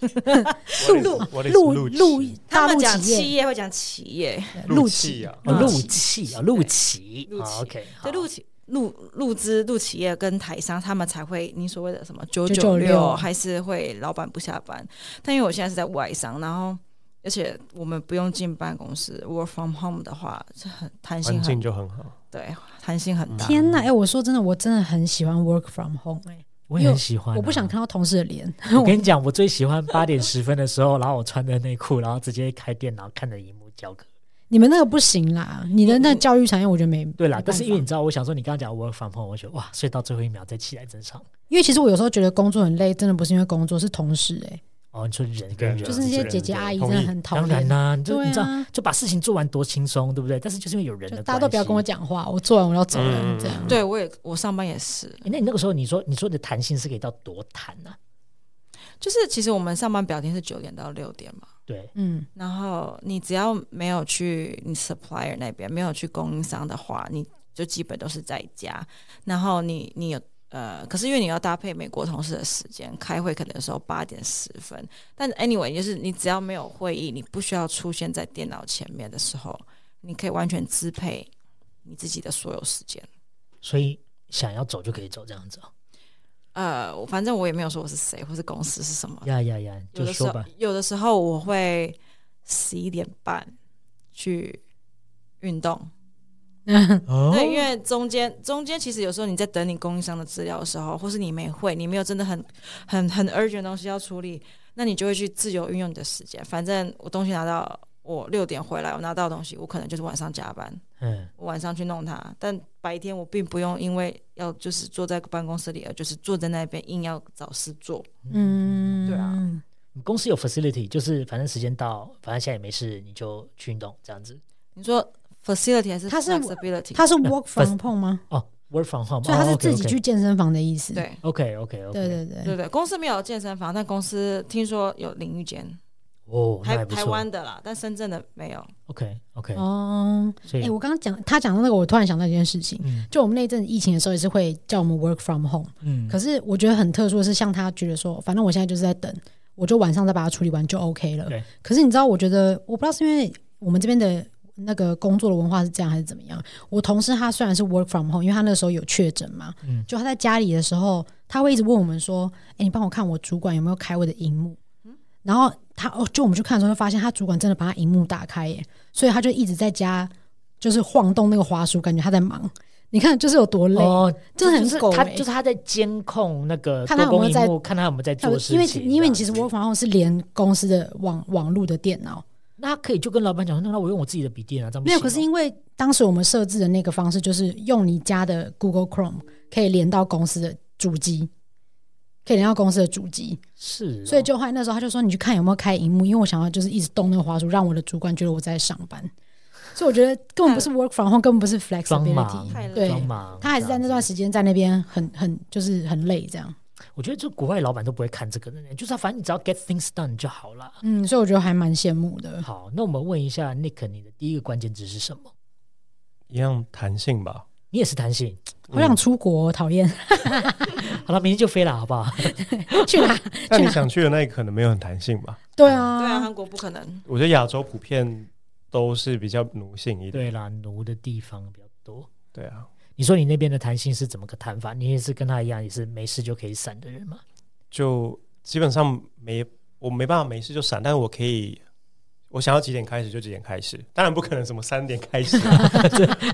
Speaker 5: 陆
Speaker 1: 陆
Speaker 5: 陆
Speaker 1: 陆大
Speaker 4: 他们
Speaker 1: 陆
Speaker 4: 讲
Speaker 1: 企
Speaker 4: 企
Speaker 1: 业
Speaker 4: 业会讲企业，
Speaker 5: 陆
Speaker 1: 企
Speaker 5: 气啊，
Speaker 3: 哦，
Speaker 4: 嗯
Speaker 3: 陆企啊，陆企
Speaker 4: 陆企
Speaker 3: 啊，OK，
Speaker 4: 对，
Speaker 3: 好
Speaker 4: 入企入入资入企业跟台商，他们才会你所谓的什么九
Speaker 1: 996
Speaker 4: 九六，还是会老板不下班。但因为我现在是在外商，然后而且我们不用进办公室，work from home 的话，这很弹性
Speaker 5: 环境
Speaker 4: 很
Speaker 5: 就嗯很好。
Speaker 4: 对，弹性很
Speaker 3: 啊
Speaker 4: 大。
Speaker 1: 天呐，哎、我说真的，我真的很喜欢 work from home 哎、
Speaker 3: 我也很喜欢啊、
Speaker 1: 我不想看到同事的脸。 [laughs]
Speaker 3: 我跟你讲，我最喜欢八点十分的时候，然后我穿着内裤，然后直接开电脑看着荧幕教课。
Speaker 1: 你们那个不行啦，你的那教育产业我觉得没
Speaker 3: 嗯对
Speaker 1: 没
Speaker 3: 啦，
Speaker 1: 办
Speaker 3: 但是因为
Speaker 1: 法
Speaker 3: 你知道，我想说你刚刚讲 work from home，我觉得哇，睡到最后一秒再起来真爽。
Speaker 1: 因为其实我有时候觉得工作很累，真的不是因为工作，是同事哎、
Speaker 3: 哦，你说人跟人，
Speaker 5: 对啊
Speaker 1: 就是那些姐姐阿姨真的很讨
Speaker 3: 当然
Speaker 1: 厌。
Speaker 3: 啦、就、
Speaker 1: 对
Speaker 3: 你知道
Speaker 1: 啊，
Speaker 3: 就把事情做完多轻松，对不对？但是就是因为有人
Speaker 1: 就
Speaker 3: 的
Speaker 1: 大家都不要
Speaker 3: 关系
Speaker 1: 跟我讲话，我做完我要走了、
Speaker 5: 嗯
Speaker 1: 这样。
Speaker 4: 对我也我上班也是，
Speaker 3: 诶那你那个时候，你说你说你的弹性是可以到多弹呢、啊？
Speaker 4: 就是其实我们上班表定是九点到六点嘛。
Speaker 3: 对，
Speaker 1: 嗯，
Speaker 4: 然后你只要没有去你 supplier 那边，没有去供应商的话，你就基本都是在家。然后你你有呃，可是因为你要搭配美国同事的时间，开会可能有时候八点十分。但 anyway，就是你只要没有会议，你不需要出现在电脑前面的时候，你可以完全支配你自己的所有时间。
Speaker 3: 所以想要走就可以走这样子哦。
Speaker 4: 呃，我反正我也没有说我是谁，或是公司是什么，
Speaker 3: 呀呀呀，就
Speaker 4: 有的时
Speaker 3: 说
Speaker 4: 候
Speaker 3: 吧。，
Speaker 4: 有的时候我会十一点半去运动。
Speaker 5: 哦
Speaker 4: 对，因为中间中间其实有时候你在等你供应商的资料的时候，或是你没会，你没有真的很很很 urgent 的东西要处理，那你就会去自由运用你的时间。反正我东西拿到，我六点回来，我拿到东西，我可能就是晚上加班，
Speaker 3: 嗯，
Speaker 4: 我晚上去弄它。但白天我并不用，因为要就是坐在办公室里，而就是坐在那边硬要找事做。
Speaker 1: 嗯，
Speaker 4: 对啊，
Speaker 3: 你公司有 facility，就是反正时间到，反正现在也没事，你就去运动这样子。
Speaker 4: 你说 facility 还是
Speaker 1: 它是
Speaker 4: flexibility？
Speaker 1: 他是 work from home 吗？
Speaker 3: 哦，work from home，
Speaker 1: 所以他是
Speaker 3: 哦
Speaker 1: 自己去。健身房的意思。
Speaker 4: 对
Speaker 3: OK OK OK，
Speaker 1: 对对对
Speaker 3: 嗯
Speaker 4: 对对，公司没有健身房，但公司听说有淋浴间，
Speaker 3: 哦，那
Speaker 4: 台
Speaker 3: 还不
Speaker 4: 台
Speaker 3: 错。
Speaker 4: 湾的啦，但深圳的没有。
Speaker 3: OK OK，
Speaker 1: 哦，
Speaker 3: 所
Speaker 1: 哎、
Speaker 3: 以
Speaker 1: 我刚刚讲他讲到那个，我突然想到一件事情，
Speaker 3: 嗯
Speaker 1: 就我们那阵疫情的时候也是会叫我们 work from home，
Speaker 3: 嗯，
Speaker 1: 可是我觉得很特殊的是，像他觉得说，反正我现在就是在等，我就晚上再把它处理完就 OK 了
Speaker 3: 对。
Speaker 1: 可是你知道，我觉得我不知道是因为我们这边的那个工作的文化是这样还是怎么样。我同事他虽然是 work from home，因为他那时候有确诊嘛，
Speaker 3: 嗯
Speaker 1: 就他在家里的时候，他会一直问我们说：“哎、你帮我看我主管有没有开我的荧幕？”然后他哦，就我们去看的时候，就发现他主管真的把他荧幕打开耶，所以他就一直在家就是晃动那个滑鼠，感觉他在忙。你看，就是有多累，
Speaker 3: 哦，
Speaker 1: 真的
Speaker 3: 就
Speaker 1: 哎很
Speaker 3: 是
Speaker 1: 狗、欸
Speaker 3: 他就是他在监控那个
Speaker 1: 看他有没有
Speaker 3: 多功
Speaker 1: 在
Speaker 3: 荧幕看他有没有在
Speaker 1: 他
Speaker 3: 做事
Speaker 1: 呃
Speaker 3: 情
Speaker 1: 因为
Speaker 3: 这样子。
Speaker 1: 因为你其实 work from home 是连公司的网网络的电脑，
Speaker 3: 那他可以就跟老板讲说，那那我用我自己的笔电啊，这样不
Speaker 1: 没有。
Speaker 3: 行
Speaker 1: 可是
Speaker 3: 吗
Speaker 1: 因为当时我们设置的那个方式，就是用你家的 Google Chrome 可以连到公司的主机，可以连到公司的主机，
Speaker 3: 是哦，
Speaker 1: 所以就后来那时候他就说，你去看有没有开荧幕，因为我想要就是一直动那个滑鼠，让我的主管觉得我在上班。所以我觉得根本不是 work from home，根本不是
Speaker 3: 装啊忙
Speaker 1: flexibility，
Speaker 4: 太累
Speaker 1: 对
Speaker 3: 装忙，
Speaker 1: 他还是在那段
Speaker 3: 这样
Speaker 1: 时间在那边很很就是很累这样。
Speaker 3: 子。我觉得这国外老板都不会看这个的，就是他反正你只要 get things done 就好了。
Speaker 1: 嗯，所以我觉得还蛮羡慕的。
Speaker 3: 好，那我们问一下 Nick，你的第一个关键字是什么？
Speaker 5: 一样弹性吧。
Speaker 3: 你也是弹性，
Speaker 1: 好想出国哦，讨厌 [laughs]
Speaker 3: 好了，明天就飞了，好不好？ [laughs]
Speaker 1: 去哪？
Speaker 5: 但你想去的那里可能没有很弹性吧？
Speaker 1: 对啊，
Speaker 4: 对啊，韩国不可能。
Speaker 5: 我觉得亚洲普遍都是比较奴性一点。
Speaker 3: 对啦，奴的地方比较多。
Speaker 5: 对啊，
Speaker 3: 你说你那边的弹性是怎么个弹法？你也是跟他一样，也是没事就可以闪的人吗？
Speaker 5: 就基本上没我没办法没事就闪，但是我可以。我想要几点开始就几点开始，当然不可能什么三点开始、啊，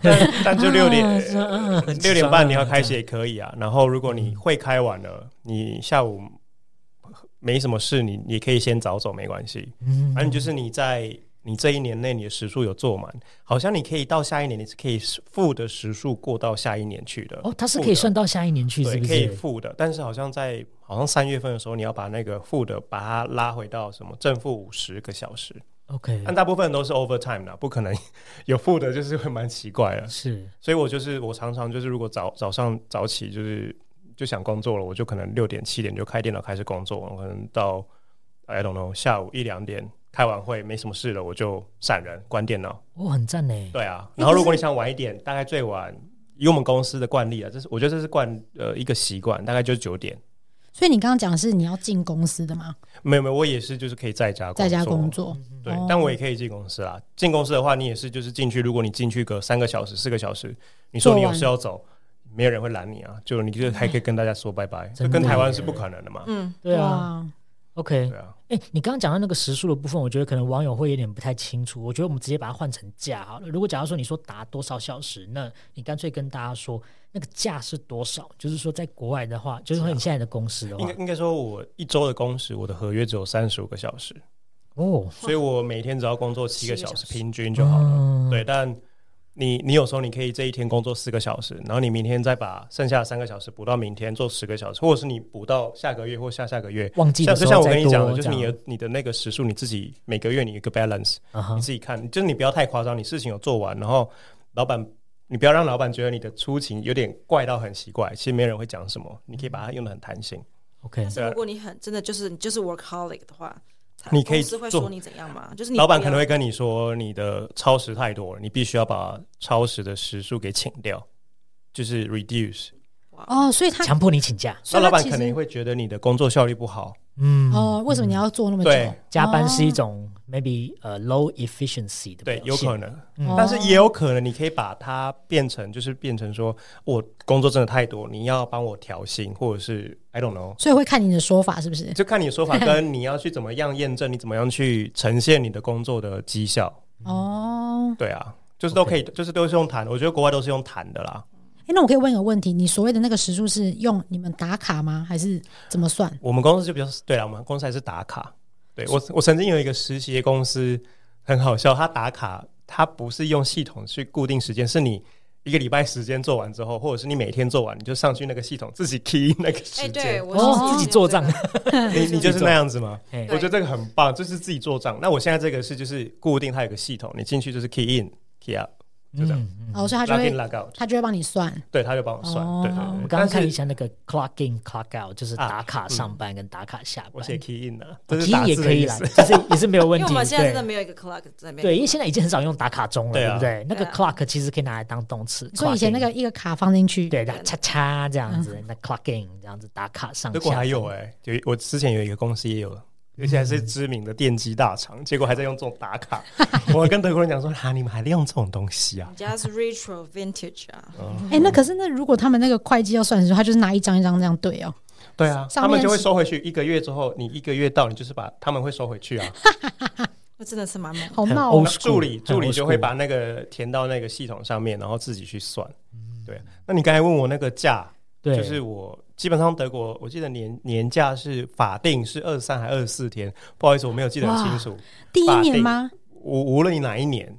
Speaker 5: 但但就六点、
Speaker 3: 啊是啊
Speaker 5: 六点半你要开始也可以啊。然后如果你会开完了，你下午没什么事，你你可以先早走，没关系。
Speaker 3: 嗯
Speaker 5: 反正就是你在你这一年内你的时数有做满，好像你可以到下一年你是可以负的时数过到下一年去的。
Speaker 3: 哦，他是可以算到下一年去，
Speaker 5: 对，
Speaker 3: 是不
Speaker 5: 可以
Speaker 3: 是？
Speaker 5: 负的，但是好像在好像三月份的时候，你要把那个负的把它拉回到什么正负五十个小时，
Speaker 3: OK，
Speaker 5: 但大部分都是 overtime 啦，不可能有负的，就是会蛮奇怪的。
Speaker 3: 是
Speaker 5: 所以我就是我常常就是如果早早上早起就是就想工作了，我就可能六点七点就开电脑开始工作，我可能到 I don't know 下午一两点开完会没什么事了，我就闪人关电脑。
Speaker 3: 我哦很赞呢。
Speaker 5: 对啊，然后如果你想晚一点，大概最晚以我们公司的惯例啊，这是我觉得这是惯呃一个习惯，大概就是九点。
Speaker 1: 所以你刚刚讲的是你要进公司的吗？
Speaker 5: 没有没有，我也是就是可以在家
Speaker 1: 在家工，作，
Speaker 5: 嗯对，
Speaker 1: 哦
Speaker 5: 但我也可以进公司啦。进公司的话，你也是就是进去，如果你进去个三个小时、四个小时，你说
Speaker 1: 做
Speaker 5: 你有
Speaker 1: 完
Speaker 5: 事要走，没有人会拦你啊，就你就还可以跟大家说拜拜，这
Speaker 3: 真的
Speaker 5: 跟台湾
Speaker 3: 耶
Speaker 5: 是不可能的嘛。
Speaker 4: 嗯，
Speaker 3: 对啊
Speaker 1: 哇，
Speaker 3: ，OK
Speaker 5: 对。啊，
Speaker 3: 哎，你刚刚讲到那个时数的部分，我觉得可能网友会有点不太清楚。我觉得我们直接把它换成价好了。如果假如说你说达多少小时，那你干脆跟大家说那个价是多少，就是说在国外的话，就是说你现在的公司的
Speaker 1: 嗯
Speaker 5: 应
Speaker 3: 话
Speaker 5: 该，应该说，我一周的工时，我的合约只有三十五个小
Speaker 1: 嗯
Speaker 5: 时，
Speaker 3: 哦，
Speaker 5: 所以我每天只要工作七个小时，
Speaker 4: 7
Speaker 5: 平均就好了。
Speaker 3: 嗯
Speaker 5: 对，但你你有时候你可以这一天工作四个小时，然后你明天再把剩下的三个小时补到明天做十个小时，或者是你补到下个月或下下个月。
Speaker 3: 忘记
Speaker 5: 像
Speaker 3: 的
Speaker 5: 就
Speaker 3: 时
Speaker 5: 像
Speaker 3: 候
Speaker 5: 我跟
Speaker 3: 再
Speaker 5: 你
Speaker 3: 多
Speaker 5: 讲的，就是你
Speaker 3: 这样
Speaker 5: 的你的那个时数，你自己每个月你有一个 balance，、
Speaker 3: 啊哈
Speaker 5: 你自己看，就是你不要太夸张，你事情有做完，然后老板你不要让老板觉得你的出勤有点怪到很奇怪，其实没人会讲什么，你可以把它用的很弹性。
Speaker 3: 嗯 OK
Speaker 4: 但。是如果你很真的就是你就是 workaholic 的话，他
Speaker 5: 你可以
Speaker 4: 公司会
Speaker 5: 做
Speaker 4: 说你怎样吗？就是你
Speaker 5: 老板
Speaker 4: 不
Speaker 5: 可
Speaker 4: 要
Speaker 5: 能会跟你说你的超时太多了，你必须要把超时的时数给请掉，就是 reduce。
Speaker 1: 哦，所以他
Speaker 3: 强迫你请假，
Speaker 1: 所以
Speaker 5: 那老
Speaker 1: 他
Speaker 5: 板
Speaker 1: 其
Speaker 5: 可能也
Speaker 1: 实
Speaker 5: 会觉得你的工作效率不好，
Speaker 3: 嗯，
Speaker 1: 哦，为什么你要做那么久？
Speaker 5: 对
Speaker 3: 加班是一
Speaker 1: 哦
Speaker 3: 种 maybe 呃 low efficiency 的
Speaker 5: 对，
Speaker 3: 表
Speaker 5: 有
Speaker 3: 现
Speaker 5: 可能，
Speaker 3: 嗯
Speaker 5: 但是也有可能你可以把它变成，就是变成说我工作真的太多，你要帮我调薪，或者是 I don't know，
Speaker 1: 所以会看你的说法是不是？
Speaker 5: 就看你的说法跟你要去怎么样验证，你怎么样去呈现你的工作的绩效。
Speaker 1: 哦，
Speaker 5: 对啊，就是都可以就是都是用谈的，我觉得国外都是用谈的啦。
Speaker 1: 哎、那我可以问一个问题：你所谓的那个时数是用你们打卡吗？还是怎么算？
Speaker 5: 我们公司就比较对啦，我们公司还是打卡。对我，我曾经有一个实习的公司很好笑，他打卡，他不是用系统去固定时间，是你一个礼拜时间做完之后，或者是你每天做完，你就上去那个系统自己 key 那个时
Speaker 4: 哎，
Speaker 5: 间。
Speaker 4: 对，我
Speaker 3: 哦
Speaker 4: 是
Speaker 3: 自己做账
Speaker 4: 这个
Speaker 5: 你你就是那样子吗？
Speaker 3: 嘿
Speaker 5: 我觉得这个很棒，就是自己做账。那我现在这个是就是固定，它有个系统，你进去就是 key in key out，就这样、
Speaker 3: 嗯嗯
Speaker 1: 哦，所以他就
Speaker 5: log in
Speaker 1: 会
Speaker 5: log out，
Speaker 1: 他就会帮你算。
Speaker 5: 对，他就帮我算。
Speaker 1: 哦
Speaker 5: 对对
Speaker 1: 我
Speaker 5: 对，
Speaker 3: 我刚刚
Speaker 5: 但
Speaker 3: 看
Speaker 5: 是
Speaker 3: 一下那个 clock in clock out，就是
Speaker 5: 啊
Speaker 3: 打卡
Speaker 5: 嗯
Speaker 3: 上班跟打卡下班。
Speaker 5: 我写 key in 啊，这
Speaker 3: 嗯其
Speaker 5: 是
Speaker 3: 实
Speaker 5: 打
Speaker 3: 也
Speaker 5: 字
Speaker 3: 可
Speaker 5: 的
Speaker 3: 以
Speaker 5: 意
Speaker 3: 啦
Speaker 5: 思。，
Speaker 3: 其实也是没有问
Speaker 4: [laughs] 因为我
Speaker 3: 题。
Speaker 4: 们现在真的
Speaker 3: 对
Speaker 4: 没有一个 clock 在那边。
Speaker 3: 对，因为现在已经很少用打卡钟了，
Speaker 5: 对
Speaker 3: 对
Speaker 5: 啊
Speaker 3: 不对？那个
Speaker 4: 对啊
Speaker 3: clock 其实可以拿来当动词。
Speaker 1: 所以以前
Speaker 3: clock
Speaker 1: 那
Speaker 3: in
Speaker 1: 个一个卡放进去，
Speaker 3: 对，那叉叉这样子，那 clock in 这样子打卡上下。
Speaker 5: 结果还有哎、有一我之前有一个公司也有，而且还是知名的电机大
Speaker 3: 嗯
Speaker 5: 厂，结果还在用这种打卡。 [laughs] 我跟德国人讲说啊，你们还在用这种东西啊
Speaker 4: 人？家是 retro vintage 啊，
Speaker 1: 哎、那可是那如果他们那个会计要算的时候，他就是拿一张一张这样对哦。
Speaker 5: 对啊，
Speaker 1: 上
Speaker 5: 他们
Speaker 1: 面
Speaker 5: 就会
Speaker 1: 是
Speaker 5: 收回去。一个月之后，你一个月到，你就是把他们会收回去啊。
Speaker 4: 那真的是蛮猛的。
Speaker 1: 好
Speaker 3: 很
Speaker 1: 闹
Speaker 3: 欧
Speaker 1: 哦
Speaker 3: [laughs]
Speaker 5: 那
Speaker 3: Old school，
Speaker 5: 助理
Speaker 3: 很
Speaker 5: 助理
Speaker 3: old
Speaker 5: 就会
Speaker 3: school
Speaker 5: 把那个填到那个系统上面，然后自己去算。对，啊那你刚才问我那个假，
Speaker 3: 嗯对，
Speaker 5: 就是我基本上德国，我记得年年假是法定是二十三还二十四天，不好意思，我没有记得很清楚。
Speaker 1: 第一年吗？
Speaker 5: 无无论你哪一年，
Speaker 3: 哦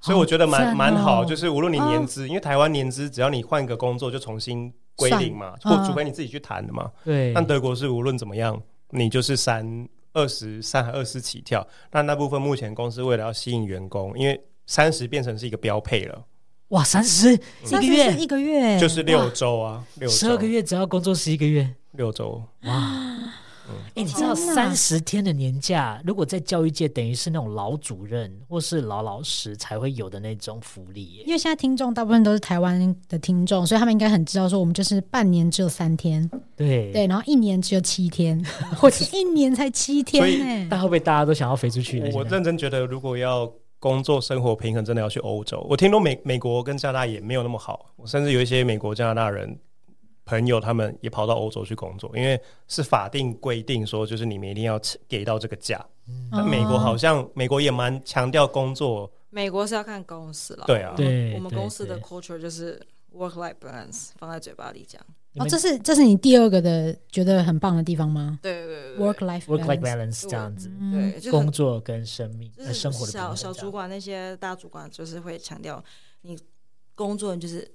Speaker 5: 所以我觉得
Speaker 1: 好赞
Speaker 5: 蛮
Speaker 1: 哦
Speaker 5: 蛮、好，就是无论你年
Speaker 3: 哦
Speaker 5: 资，因为台湾年资只要你换一个工作就重新归零嘛，
Speaker 1: 算
Speaker 5: 或
Speaker 1: 嗯
Speaker 5: 除非你自己去谈的嘛。
Speaker 3: 对，
Speaker 5: 但德国是无论怎么样，你就是三二十三还二十起跳。那那部分目前公司为了要吸引员工，因为三十变成是一个标配了，
Speaker 3: 哇，三十一个
Speaker 1: 30是
Speaker 3: 月
Speaker 1: 一，个月，
Speaker 5: 就是六周啊，六
Speaker 3: 十二
Speaker 5: 周
Speaker 3: 个月只要工作十一个月，
Speaker 5: 六周，
Speaker 3: 哇！哎，你知
Speaker 1: 天
Speaker 3: 道
Speaker 1: 哪
Speaker 3: 三十天的年假，如果在教育界，等于是那种老主任或是老老师才会有的那种福利耶。
Speaker 1: 因为现在听众大部分都是台湾的听众，所以他们应该很知道说我们就是半年只有三天，
Speaker 3: 对，
Speaker 1: 对，然后一年只有七天， [laughs] 我一年才七天
Speaker 5: 所以
Speaker 1: 呢、
Speaker 3: 但会不会大家都想要飞出去了？
Speaker 5: 我
Speaker 3: 现在
Speaker 5: 认真觉得，如果要工作生活平衡，真的要去欧洲。我听说美美国跟加拿大也没有那么好，我甚至有一些美国、加拿大人朋友，他们也跑到欧洲去工作，因为是法定规定说，就是你们一定要给到这个假。
Speaker 1: 哦
Speaker 5: 但美国好像美国也蛮强调工作，
Speaker 4: 美国是要看公司了，
Speaker 5: 对啊
Speaker 3: 对
Speaker 4: 我们
Speaker 3: 对
Speaker 4: 公司的
Speaker 3: 对
Speaker 4: culture 就是 work life balance，放在嘴巴里讲。
Speaker 3: 你
Speaker 1: 哦，
Speaker 3: 们
Speaker 1: 这是这是你第二个的觉得很棒的地方吗
Speaker 4: 对对对
Speaker 1: ？Work life
Speaker 3: work life
Speaker 1: balance
Speaker 3: balance 这样子，
Speaker 1: 嗯，
Speaker 4: 对，就很
Speaker 3: 工作跟生命、
Speaker 4: 就
Speaker 3: 呃、
Speaker 4: 是
Speaker 3: 生活的平
Speaker 4: 小
Speaker 3: 衡
Speaker 4: 小
Speaker 3: 这样
Speaker 4: 主管那些大主管就是会强调，你工作就是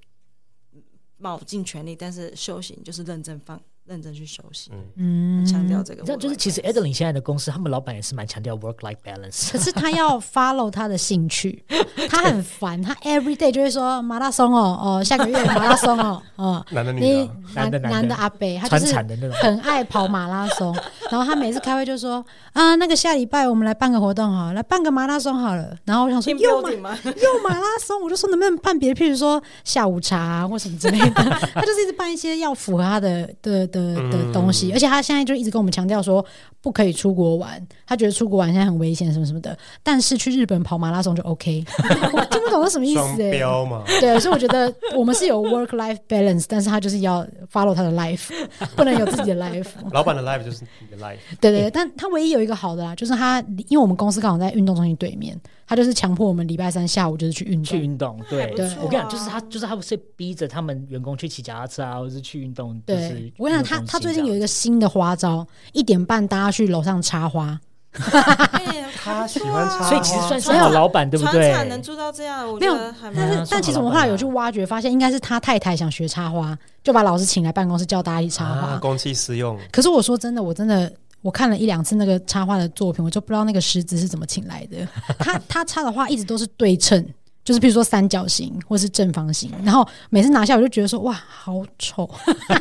Speaker 4: 卯尽全力，但是休息就是认真放认真去休息，
Speaker 5: 嗯，
Speaker 1: 嗯
Speaker 4: 强调这个
Speaker 3: 你
Speaker 4: work-life balance。
Speaker 3: 知道，就是其
Speaker 4: [laughs]
Speaker 3: 实 Adeline 现在的公司，他们老板也是蛮强调 work life balance。
Speaker 1: 可是他要 follow 他的兴趣，他很烦，他 every day 就会说马拉松哦，哦，下个月马拉松哦，哦，
Speaker 5: 男 [laughs] 的女的
Speaker 1: 你
Speaker 5: 啊、
Speaker 1: 男
Speaker 3: 男的男的
Speaker 1: 男的阿北，他
Speaker 3: 传 [laughs]
Speaker 1: 就是
Speaker 3: 产的那种
Speaker 1: 很爱跑马拉松， [laughs] 然后他每次开会就说啊，那个下礼拜我们来办个活动好了，来办个马拉松好了。然后我想说
Speaker 4: team
Speaker 1: 又马
Speaker 3: [laughs]
Speaker 4: building 吗？
Speaker 1: [laughs] 又马拉松，我就说能不能办别的，譬如说下午茶、啊、或什么之类
Speaker 4: [laughs]
Speaker 1: 的。 [laughs] 他就是一直办一些要符合他的的的的
Speaker 5: 嗯
Speaker 1: 东西，而且他现在就一直跟我们强调说不可以出国玩，他觉得出国玩现在很危险什么什么的，但是去日本跑马拉松就 OK。我 [laughs] 听不懂是什么意
Speaker 5: 双
Speaker 1: 思哎、
Speaker 5: 标嘛。
Speaker 3: [laughs]
Speaker 1: 对，所以我觉得我们是有 work life balance，但是他就是要 follow 他的 life，不 [laughs] 能有自己的 life。
Speaker 5: 老板的 life 就是你的
Speaker 1: [laughs]
Speaker 5: life，
Speaker 1: 对对对，但他唯一有一个好的啦，就是他因为我们公司刚好在运动中心对面，他就是强迫我们礼拜三下午就是去运
Speaker 3: 去
Speaker 1: 动。
Speaker 3: 运动，对，
Speaker 4: 不
Speaker 1: 错啊
Speaker 3: 我跟你讲，就是他，就是他不是逼着他们员工去骑脚踏车啊，或者是去运动。就是
Speaker 1: 对，我跟你讲，他
Speaker 3: 运动中心
Speaker 1: 他最
Speaker 3: 这
Speaker 1: 近
Speaker 3: 样
Speaker 1: 有一个新的花招，一点半大家去楼上插花，
Speaker 4: 哎
Speaker 5: 他喜欢插花，
Speaker 3: 所以其实啊哦算是
Speaker 4: 没有
Speaker 3: 好老板，对不
Speaker 4: 船
Speaker 3: 对？
Speaker 4: 产能做到这样，我
Speaker 1: 没
Speaker 4: 觉
Speaker 1: 有
Speaker 4: 得还
Speaker 1: 但
Speaker 4: 蛮
Speaker 1: 是、
Speaker 3: 啊
Speaker 1: 但
Speaker 3: 算
Speaker 1: 其实
Speaker 3: 好
Speaker 1: 我们后
Speaker 3: 老
Speaker 1: 来
Speaker 3: 板
Speaker 1: 有
Speaker 3: 啊
Speaker 1: 去挖掘，发现应该是他太太想学插花，就把老师请来办公室教大家一起插花。
Speaker 5: 啊，公器私用。
Speaker 1: 可是我说真的，我真的我看了一两次那个插画的作品，我就不知道那个石子是怎么请来的。 [laughs] 他他插的画一直都是对称，就是比如说三角形或是正方形，然后每次拿下我就觉得说哇好丑，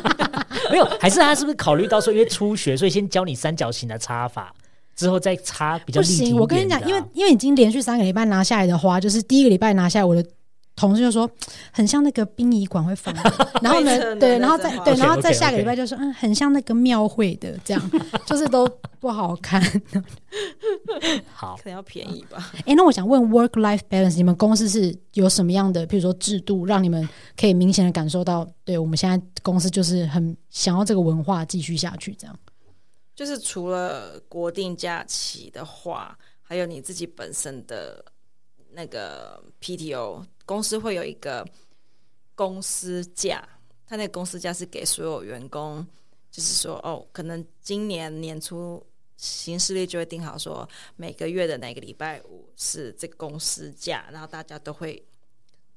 Speaker 3: [laughs] 没有，还是他是不是考虑到说，因为初学，所以先教你三角形的插法，之后再插比较
Speaker 1: 不
Speaker 3: 立体一点
Speaker 1: 行。
Speaker 3: 的啊
Speaker 1: 我跟你讲，因为因为已经连续三个礼拜拿下来的花，就是第一个礼拜拿下来我的。同事就说很像那个殡仪馆会放
Speaker 4: [laughs]
Speaker 1: 的，然后
Speaker 4: 灰
Speaker 1: 呢，
Speaker 4: 尘
Speaker 1: 对，
Speaker 4: 的
Speaker 1: 然后
Speaker 4: 那
Speaker 1: 再
Speaker 4: 种啊
Speaker 1: 对，然后
Speaker 3: OK，OK，OK
Speaker 1: 再下个礼拜就说嗯，很像那个庙会的这样， [laughs] 就是都不好看。
Speaker 3: 好
Speaker 4: 可，能要便宜吧。
Speaker 1: 哎、那我想问 work life balance，你们公司是有什么样的，譬如说制度，让你们可以明显的感受到，对我们现在公司就是很想要这个文化继续下去，这样。
Speaker 4: 就是除了国定假期的话，还有你自己本身的那个 PTO，公司会有一个公司假，他那个公司假是给所有员工，就是说哦，可能今年年初行事历就会定好说每个月的哪个礼拜五是这个公司假，然后大家都会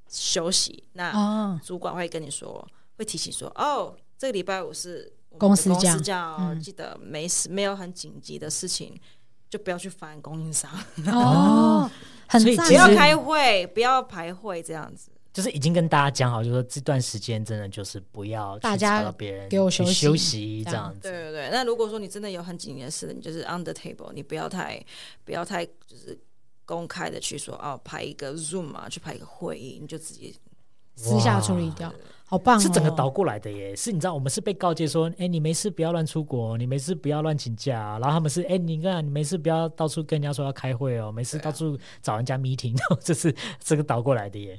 Speaker 4: 休息。那
Speaker 1: 哦，
Speaker 4: 主管会跟你说，会提醒说，哦，这个礼拜五是我们的
Speaker 1: 公司
Speaker 4: 公
Speaker 1: 假
Speaker 4: 司假哦，
Speaker 1: 嗯
Speaker 4: 记得没事，没有很紧急的事情。就不要去烦供
Speaker 3: [laughs]
Speaker 4: 应商，
Speaker 1: 哦，很
Speaker 3: 所以
Speaker 1: 赞，哦
Speaker 3: 其
Speaker 4: 不
Speaker 3: 实
Speaker 4: 要开会，不要排会，这样子。
Speaker 3: 就是已经跟大家讲好，就说这段时间真的就是不要去
Speaker 1: 大家
Speaker 3: 吵到别人，
Speaker 1: 给我
Speaker 3: 去
Speaker 1: 休息
Speaker 3: 休息这
Speaker 1: 这
Speaker 3: 样
Speaker 1: 样
Speaker 4: 对
Speaker 3: 子。
Speaker 4: 对对。那如果说你真的有很紧急的事，你就是 on the table，你不要太不要太就是公开的去说哦，排一个 Zoom 啊，去排一个会议，你就自己
Speaker 1: 私下处理掉，好棒、哦！
Speaker 3: 是整个倒过来的耶，是你知道我们是被告诫说，哎，你没事不要乱出国，你没事不要乱请假啊，然后他们是，哎，你看你没事不要到处跟人家说要开会哦，没事到处找人家 meeting，然后 [laughs] 这是这个倒过来的耶。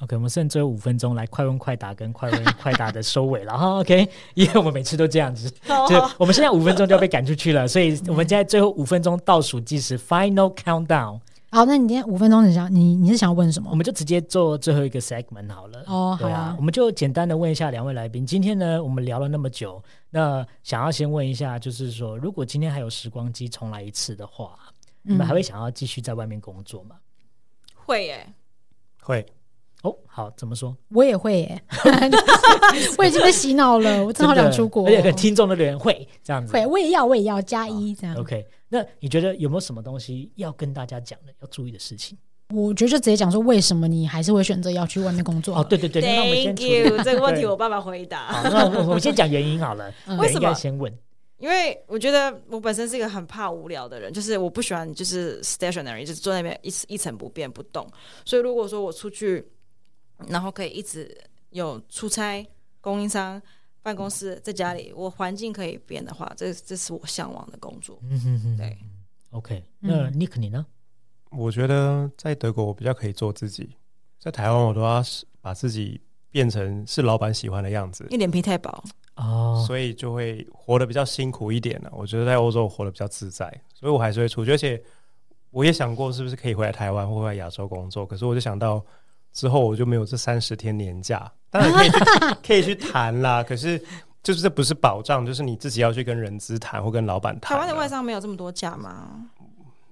Speaker 3: OK，我们剩最后五分钟来快问快答跟快问快答的收尾了哈。OK，因 [laughs] 为我们每次都这样子，
Speaker 1: 哦
Speaker 3: 就我们现在五分钟就要被赶出去了，所以我们现在最后五分钟倒数计时 （final countdown），
Speaker 1: 好，那你今天五分钟，你想你你是想要问什
Speaker 3: 我
Speaker 1: 么？
Speaker 3: 们就直接做最后一个 segment 好了。
Speaker 1: 哦
Speaker 3: 对
Speaker 1: 好
Speaker 3: 啊
Speaker 1: 啊，
Speaker 3: 我们就简单的问一下两位来宾，今天呢，我们聊了那么久，那想要先问一下，就是说，如果今天还有时光机重来一次的话，
Speaker 1: 嗯
Speaker 3: 你们还会想要继续在外面工作吗？
Speaker 4: 会耶、
Speaker 5: 会
Speaker 1: 嗯
Speaker 3: 哦，好，怎么说？
Speaker 1: 我也会
Speaker 3: [laughs]
Speaker 1: 耶、我已经被洗脑了，我真的好想出国、哦
Speaker 3: 而且跟听众的留言会这样子。
Speaker 1: 会，我也要，我也要加一这样。
Speaker 3: OK，那你觉得有没有什么东西要跟大家讲的、要注意的事情？
Speaker 1: 我觉得就直接讲说，为什么你还是会选择要去外面工作？
Speaker 3: 哦，，对对对，那我们先
Speaker 4: Thank
Speaker 3: 处理
Speaker 4: you，这个问题
Speaker 3: 对
Speaker 4: 我爸爸回答。
Speaker 3: 好，那我我们先讲原因好了。
Speaker 1: 嗯
Speaker 3: 对
Speaker 4: 为什
Speaker 3: 应该
Speaker 4: 么
Speaker 3: 先问？
Speaker 4: 因为我觉得我本身是一个很怕无聊的人，就是我不喜欢就是 stationary，就是坐在那边一一成不变不动。所以如果说我出去，然后可以一直有出差、供应商、办公室，在家里，我环境可以变的话，这这是我向往的工作。
Speaker 3: 嗯哼哼
Speaker 4: 对，
Speaker 3: [laughs] OK，那
Speaker 1: 嗯
Speaker 3: Nick 你呢？
Speaker 5: 我觉得在德国我比较可以做自己，在台湾我都要是把自己变成是老板喜欢的样子
Speaker 4: 因，为脸皮太薄，
Speaker 3: 哦，
Speaker 5: 所以就会活得比较辛苦一点了、啊我觉得在欧洲我活得比较自在，所以我还是会出去。而且我也想过是不是可以回来台湾或回来亚洲工作，可是我就想到之后我就没有这三十天年假，当然
Speaker 4: [laughs]
Speaker 5: 可以去可以去谈啦。可是就是这不是保障，就是你自己要去跟人资谈或跟老板谈
Speaker 4: 台
Speaker 5: 啊。
Speaker 4: 湾的外商没有这么多假吗？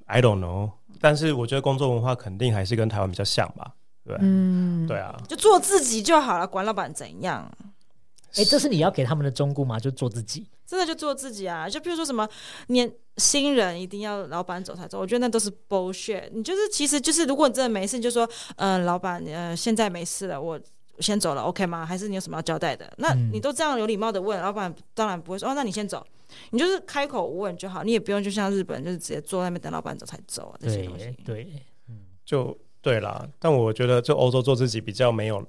Speaker 5: I don't know，但是我觉得工作文化肯定还是跟台湾比较像吧。对，
Speaker 1: 嗯，
Speaker 5: 对啊，
Speaker 4: 就做自己就好了，管老板怎样。
Speaker 3: 哎，这是你要给他们的忠告吗？就做自己。
Speaker 4: 真的就做自己啊！就比如说什么年新人一定要老板走才走，我觉得那都是 bullshit。你就是其实就是，如果你真的没事，你就说，嗯、老板，呃，现在没事了，我先走了，OK 吗？还是你有什么要交代的？那
Speaker 3: 嗯
Speaker 4: 你都这样有礼貌的问，老板当然不会说，哦，那你先走。你就是开口问就好，你也不用就像日本，就是直接坐在那边等老板走才走啊，这些
Speaker 3: 对
Speaker 4: 东西。
Speaker 3: 对，
Speaker 5: 就对啦。但我觉得就欧洲做自己比较没有，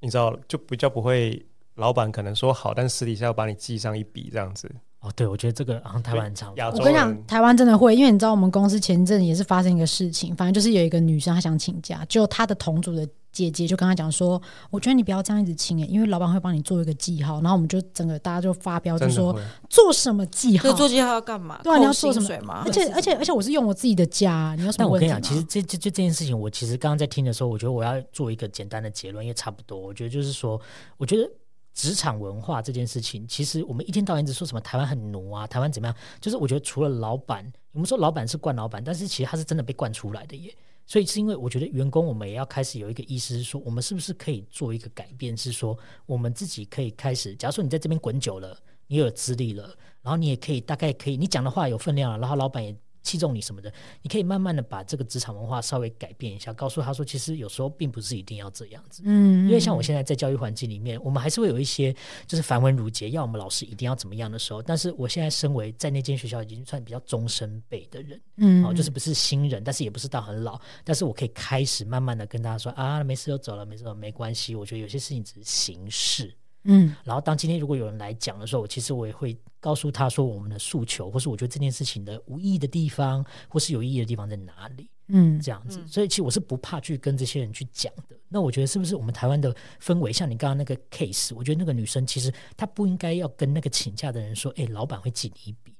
Speaker 5: 你知道，就比较不会。老板可能说好，但私底下要把你记上一笔这样子。
Speaker 3: 哦，对，我觉得这个好像台湾很常
Speaker 5: 亚洲
Speaker 1: 我跟你讲，
Speaker 5: 人
Speaker 1: 台湾真的会，因为你知道我们公司前阵也是发生一个事情，反正就是有一个女生她想请假，就她的同组的姐姐就跟她讲说，我觉得你不要这样一直请、欸，因为老板会帮你做一个记号，然后我们就整个大家就发飙，就
Speaker 5: 真的
Speaker 1: 说
Speaker 5: 会，
Speaker 1: 做什么记号
Speaker 4: 就，做记号要干嘛？
Speaker 1: 对啊你要
Speaker 4: 扣
Speaker 1: 做什
Speaker 4: 薪
Speaker 1: 么
Speaker 4: 水吗？
Speaker 1: 而且而且而且我是用我自己的家，你有什
Speaker 3: 但
Speaker 1: 么
Speaker 3: 我
Speaker 1: 问
Speaker 3: 跟
Speaker 1: 题
Speaker 3: 你
Speaker 1: 吗？
Speaker 3: 讲，其实这这这这件事情，我其实刚刚在听的时候，我觉得我要做一个简单的结论，因为差不多。我觉得就是说，我觉得职场文化这件事情，其实我们一天到晚一直说什么台湾很奴啊，台湾怎么样，就是我觉得除了老板，我们说老板是惯老板，但是其实他是真的被惯出来的耶。所以是因为我觉得员工，我们也要开始有一个意识，是说我们是不是可以做一个改变，是说我们自己可以开始。假如说你在这边滚久了，你有资历了，然后你也可以大概可以，你讲的话有分量了，然后老板也器重你什么的，你可以慢慢的把这个职场文化稍微改变一下，告诉他说，其实有时候并不是一定要这样子。
Speaker 1: 嗯，
Speaker 3: 因为像我现在在教育环境里面，我们还是会有一些就是繁文缛节，要我们老师一定要怎么样的时候。但是我现在身为在那间学校已经算比较中生辈的人，
Speaker 1: 嗯，
Speaker 3: 哦，就是不是新人，但是也不是到很老，但是我可以开始慢慢的跟大家说啊，没事就走了，没事就没关系。我觉得有些事情只是形式。
Speaker 1: 嗯
Speaker 3: 然后当今天如果有人来讲的时候，其实我也会告诉他说我们的诉求，或是我觉得这件事情的无意义的地方，或是有意义的地方在哪里。
Speaker 1: 嗯
Speaker 3: 这样子，所以其实我是不怕去跟这些人去讲的。那我觉得是不是我们台湾的氛围，像你刚刚那个 case，我觉得那个女生其实她不应该要跟那个请假的人说，哎、老板会记你一笔。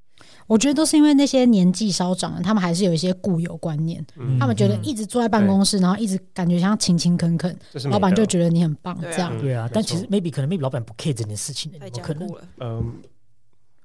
Speaker 1: 我觉得都是因为那些年纪稍长的，他们还是有一些固有观念，
Speaker 5: 嗯
Speaker 1: 他们觉得一直坐在办公室，然后一直感觉像勤勤恳恳，
Speaker 5: 这是
Speaker 1: 老板就
Speaker 5: 得
Speaker 1: 觉得你很棒。
Speaker 4: 对啊
Speaker 1: 这样，
Speaker 5: 嗯
Speaker 3: 对啊
Speaker 5: 没，
Speaker 3: 但
Speaker 5: 错
Speaker 3: 其实 maybe 可能 maybe 老板不 care 这件事情的，
Speaker 4: 太
Speaker 3: 有
Speaker 4: 坚
Speaker 3: 哦可能
Speaker 4: 固了。
Speaker 5: 嗯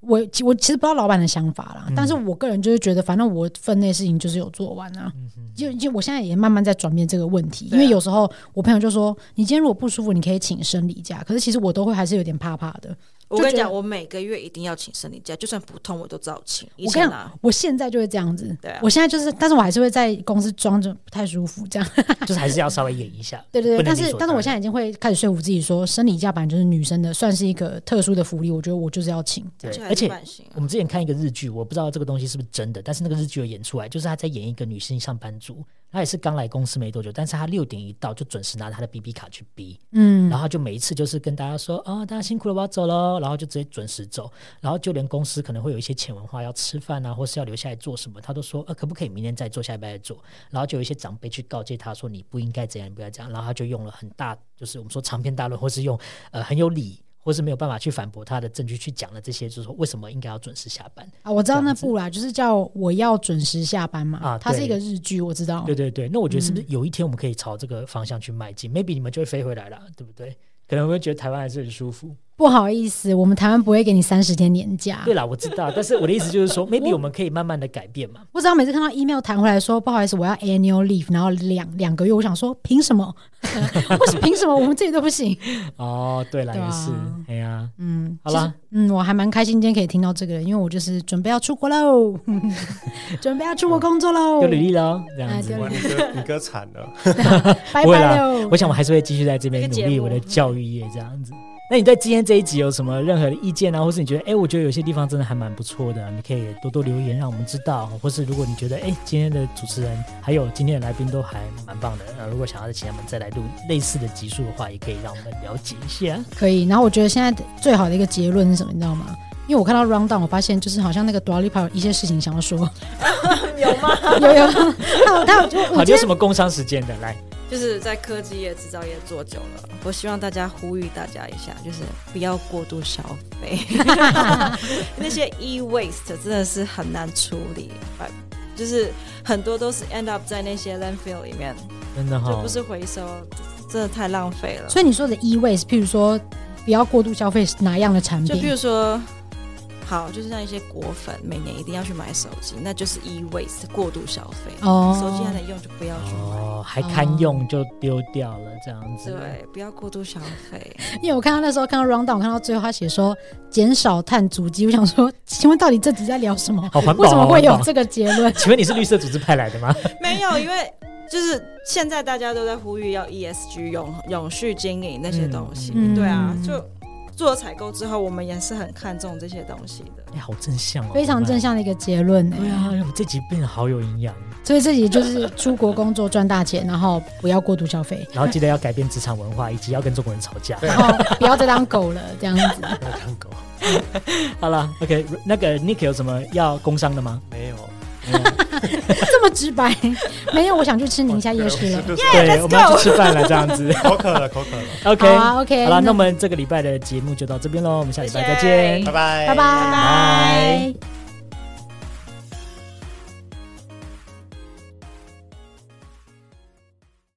Speaker 1: 我我其实不知道老板的想法
Speaker 3: 嗯
Speaker 1: 啦，但是我个人就是觉得，反正我分内事情就是有做完啊。
Speaker 3: 嗯
Speaker 1: 就就我现在也慢慢在转变这个问题，因
Speaker 4: 对啊
Speaker 1: 为有时候我朋友就说，你今天如果不舒服，你可以请生理假，可是其实我都会还是有点怕怕的。
Speaker 4: 我跟
Speaker 1: 就觉得
Speaker 4: 你讲，我每个月一定要请生理假，就算不痛我都照请。以
Speaker 1: 我跟
Speaker 4: 前
Speaker 1: 你
Speaker 4: 啊
Speaker 1: 讲，，我现在就会这样子。
Speaker 4: 对啊
Speaker 1: 我现在就是，但是我还是会在公司装着不太舒服这样。 [laughs]
Speaker 3: 就是还是要稍微演一下。
Speaker 1: 对对
Speaker 3: 不
Speaker 1: 对，
Speaker 3: 能
Speaker 1: 但
Speaker 3: 理
Speaker 1: 是
Speaker 3: 所
Speaker 1: 但是我
Speaker 3: 当
Speaker 1: 现在
Speaker 3: 然
Speaker 1: 已经会开始说服自己说，生理假本来就是女生的，算是一个特殊的福利，我觉得我就是要请。
Speaker 4: 而且
Speaker 3: 对，而
Speaker 4: 还是
Speaker 3: 且
Speaker 4: 慢性啊
Speaker 3: 我们之前看一个日剧，我不知道这个东西是不是真的，但是那个日剧有演出来，就是他在演一个女性上班族，她也是刚来公司没多久，但是她六点一到就准时拿她的 BB 卡去逼，
Speaker 1: 嗯
Speaker 3: 然后她就每一次就是跟大家说啊、大家辛苦了，我要走喽，然后就直接准时走，然后就连公司可能会有一些潜文化，要吃饭啊，或是要留下来做什么，她都说呃可不可以明天再做，下礼拜再做，然后就有一些长辈去告诫她说你不应该这样，你不应该这样，然后她就用了很大，就是我们说长篇大论，或是用呃很有理。或是没有办法去反驳她的证据，去讲了这些，就是说为什么应该要准时下班。
Speaker 1: 啊，我知道
Speaker 3: 这
Speaker 1: 那
Speaker 3: 样子
Speaker 1: 部啦，就是叫我要准时下班嘛。
Speaker 3: 啊
Speaker 1: 它是
Speaker 3: 对
Speaker 1: 一个日剧，我知道。
Speaker 3: 对对对，那我觉得是不是有一天我们可以朝这个方向去迈进、m a y b e 你们就会飞回来了，对不对？可能会觉得台湾还是很舒服。
Speaker 1: 不好意思，我们台湾不会给你三十天年假
Speaker 3: 对。啦，我知道，但是我的意思就是说，maybe 我们可以慢慢的改变嘛。
Speaker 1: 我只要每次看到 email 弹回来说不好意思，我要 annual leave，然后两两个月，我想说凭什么？ [laughs] 为什么凭什么我们自己都不行？
Speaker 3: 哦，对啦，
Speaker 1: 对啊
Speaker 3: 也是，哎呀，
Speaker 1: 嗯，
Speaker 3: [laughs] 好啦
Speaker 1: 其实，嗯，我还蛮开心今天可以听到这个的，因为我就是准备要出国
Speaker 3: [laughs]
Speaker 1: 喽，准备要出国工作喽
Speaker 3: 丢，履历喽，这样子
Speaker 1: 哎。丢
Speaker 5: 哇，
Speaker 1: 履
Speaker 5: 你哥你哥惨
Speaker 1: [laughs]
Speaker 5: 了，
Speaker 1: 拜
Speaker 3: 不会
Speaker 1: 拜
Speaker 3: 啦
Speaker 1: 喽
Speaker 3: 我。想我还是会继续在这边
Speaker 4: 这
Speaker 3: 努
Speaker 4: 个节
Speaker 3: 力
Speaker 4: 目
Speaker 3: 我的教育业这样子。那你对今天这一集有什么任何的意见啊，或是你觉得哎，我觉得有些地方真的还蛮不错的，你可以多多留言让我们知道。或是如果你觉得哎，今天的主持人还有今天的来宾都还蛮棒的，那如果想要请他们再来录类似的集数的话，也可以让我们了解一下。
Speaker 1: 可以。然后我觉得现在最好的一个结论是什么，你知道吗？因为我看到 round down，我发现就是好像那个 d u a l i p a 有一些事情想要说，
Speaker 3: [laughs]
Speaker 4: 有吗？
Speaker 1: [laughs] 有有，他有他有， [laughs] 我
Speaker 3: 好，
Speaker 1: 我今
Speaker 3: 你有
Speaker 1: 天
Speaker 3: 什么工商时间的来？
Speaker 4: 就是在科技业、制造业做久了，我希望大家呼吁大家一下，就是不要过度消
Speaker 1: [laughs]
Speaker 4: 费。那些 e waste 真的是很难处理，呃就是很多都是 end up 在那些 landfill 里面，
Speaker 3: 真的哈、
Speaker 4: 就不是回收，真的太浪费了。
Speaker 1: 所以你说的 e waste，譬如说不要过度消费哪样的产
Speaker 4: 就比
Speaker 1: 品？
Speaker 4: 如说，好，就是像一些果粉，每年一定要去买手机，那就是 e waste 过度消费。
Speaker 1: 哦
Speaker 4: 手机还啊能用就不要
Speaker 1: 嗯
Speaker 4: 去买。
Speaker 3: 哦，还堪用就丢掉了这样子。
Speaker 4: 对，不要过度消费。
Speaker 1: 因为我看他那时候看到 round down，我看到最后他写说减少碳足迹，我想说， [laughs] 请问到底这集在聊什么？
Speaker 3: 好环保、
Speaker 1: 为
Speaker 3: 啊，
Speaker 1: 什么会有
Speaker 3: 环保？
Speaker 1: 这个结论？
Speaker 3: 请问你是绿色组织派来的吗？
Speaker 4: [laughs] 没有，因为就是现在大家都在呼吁要 ESG 永永续经营那些东西，
Speaker 1: 嗯
Speaker 4: 对啊
Speaker 1: 嗯，
Speaker 4: 就做了采购之后，我们也是很看重这些东西的。
Speaker 3: 哎，好正向哦，
Speaker 1: 非常正向的一个结论呢、
Speaker 3: 怎么办。对啊，我这集变得好有营养，
Speaker 1: 所以这集就是出国工作赚大钱，然后不要过度消费，
Speaker 3: 然后记得要改变职场文化，以及要跟中国人吵架。
Speaker 1: 然后不要再当狗了，这样子。
Speaker 5: 那看狗
Speaker 3: 好了，OK，那个 Nick 有什么要工商的吗？
Speaker 5: 没有，
Speaker 1: 这么直白， [laughs] 没有，我想去吃宁夏夜市了。
Speaker 5: [laughs] 对，
Speaker 3: 对，我们要去吃饭了，这样子。
Speaker 5: 口渴了，口渴了，
Speaker 1: [laughs] 好
Speaker 3: OK，
Speaker 1: 啊，OK，
Speaker 3: 好了，那
Speaker 1: 那
Speaker 3: 我们这个礼拜的节目就到这边喽，我们下礼拜再
Speaker 4: 谢谢
Speaker 3: 见
Speaker 5: 拜。拜，
Speaker 1: 拜拜。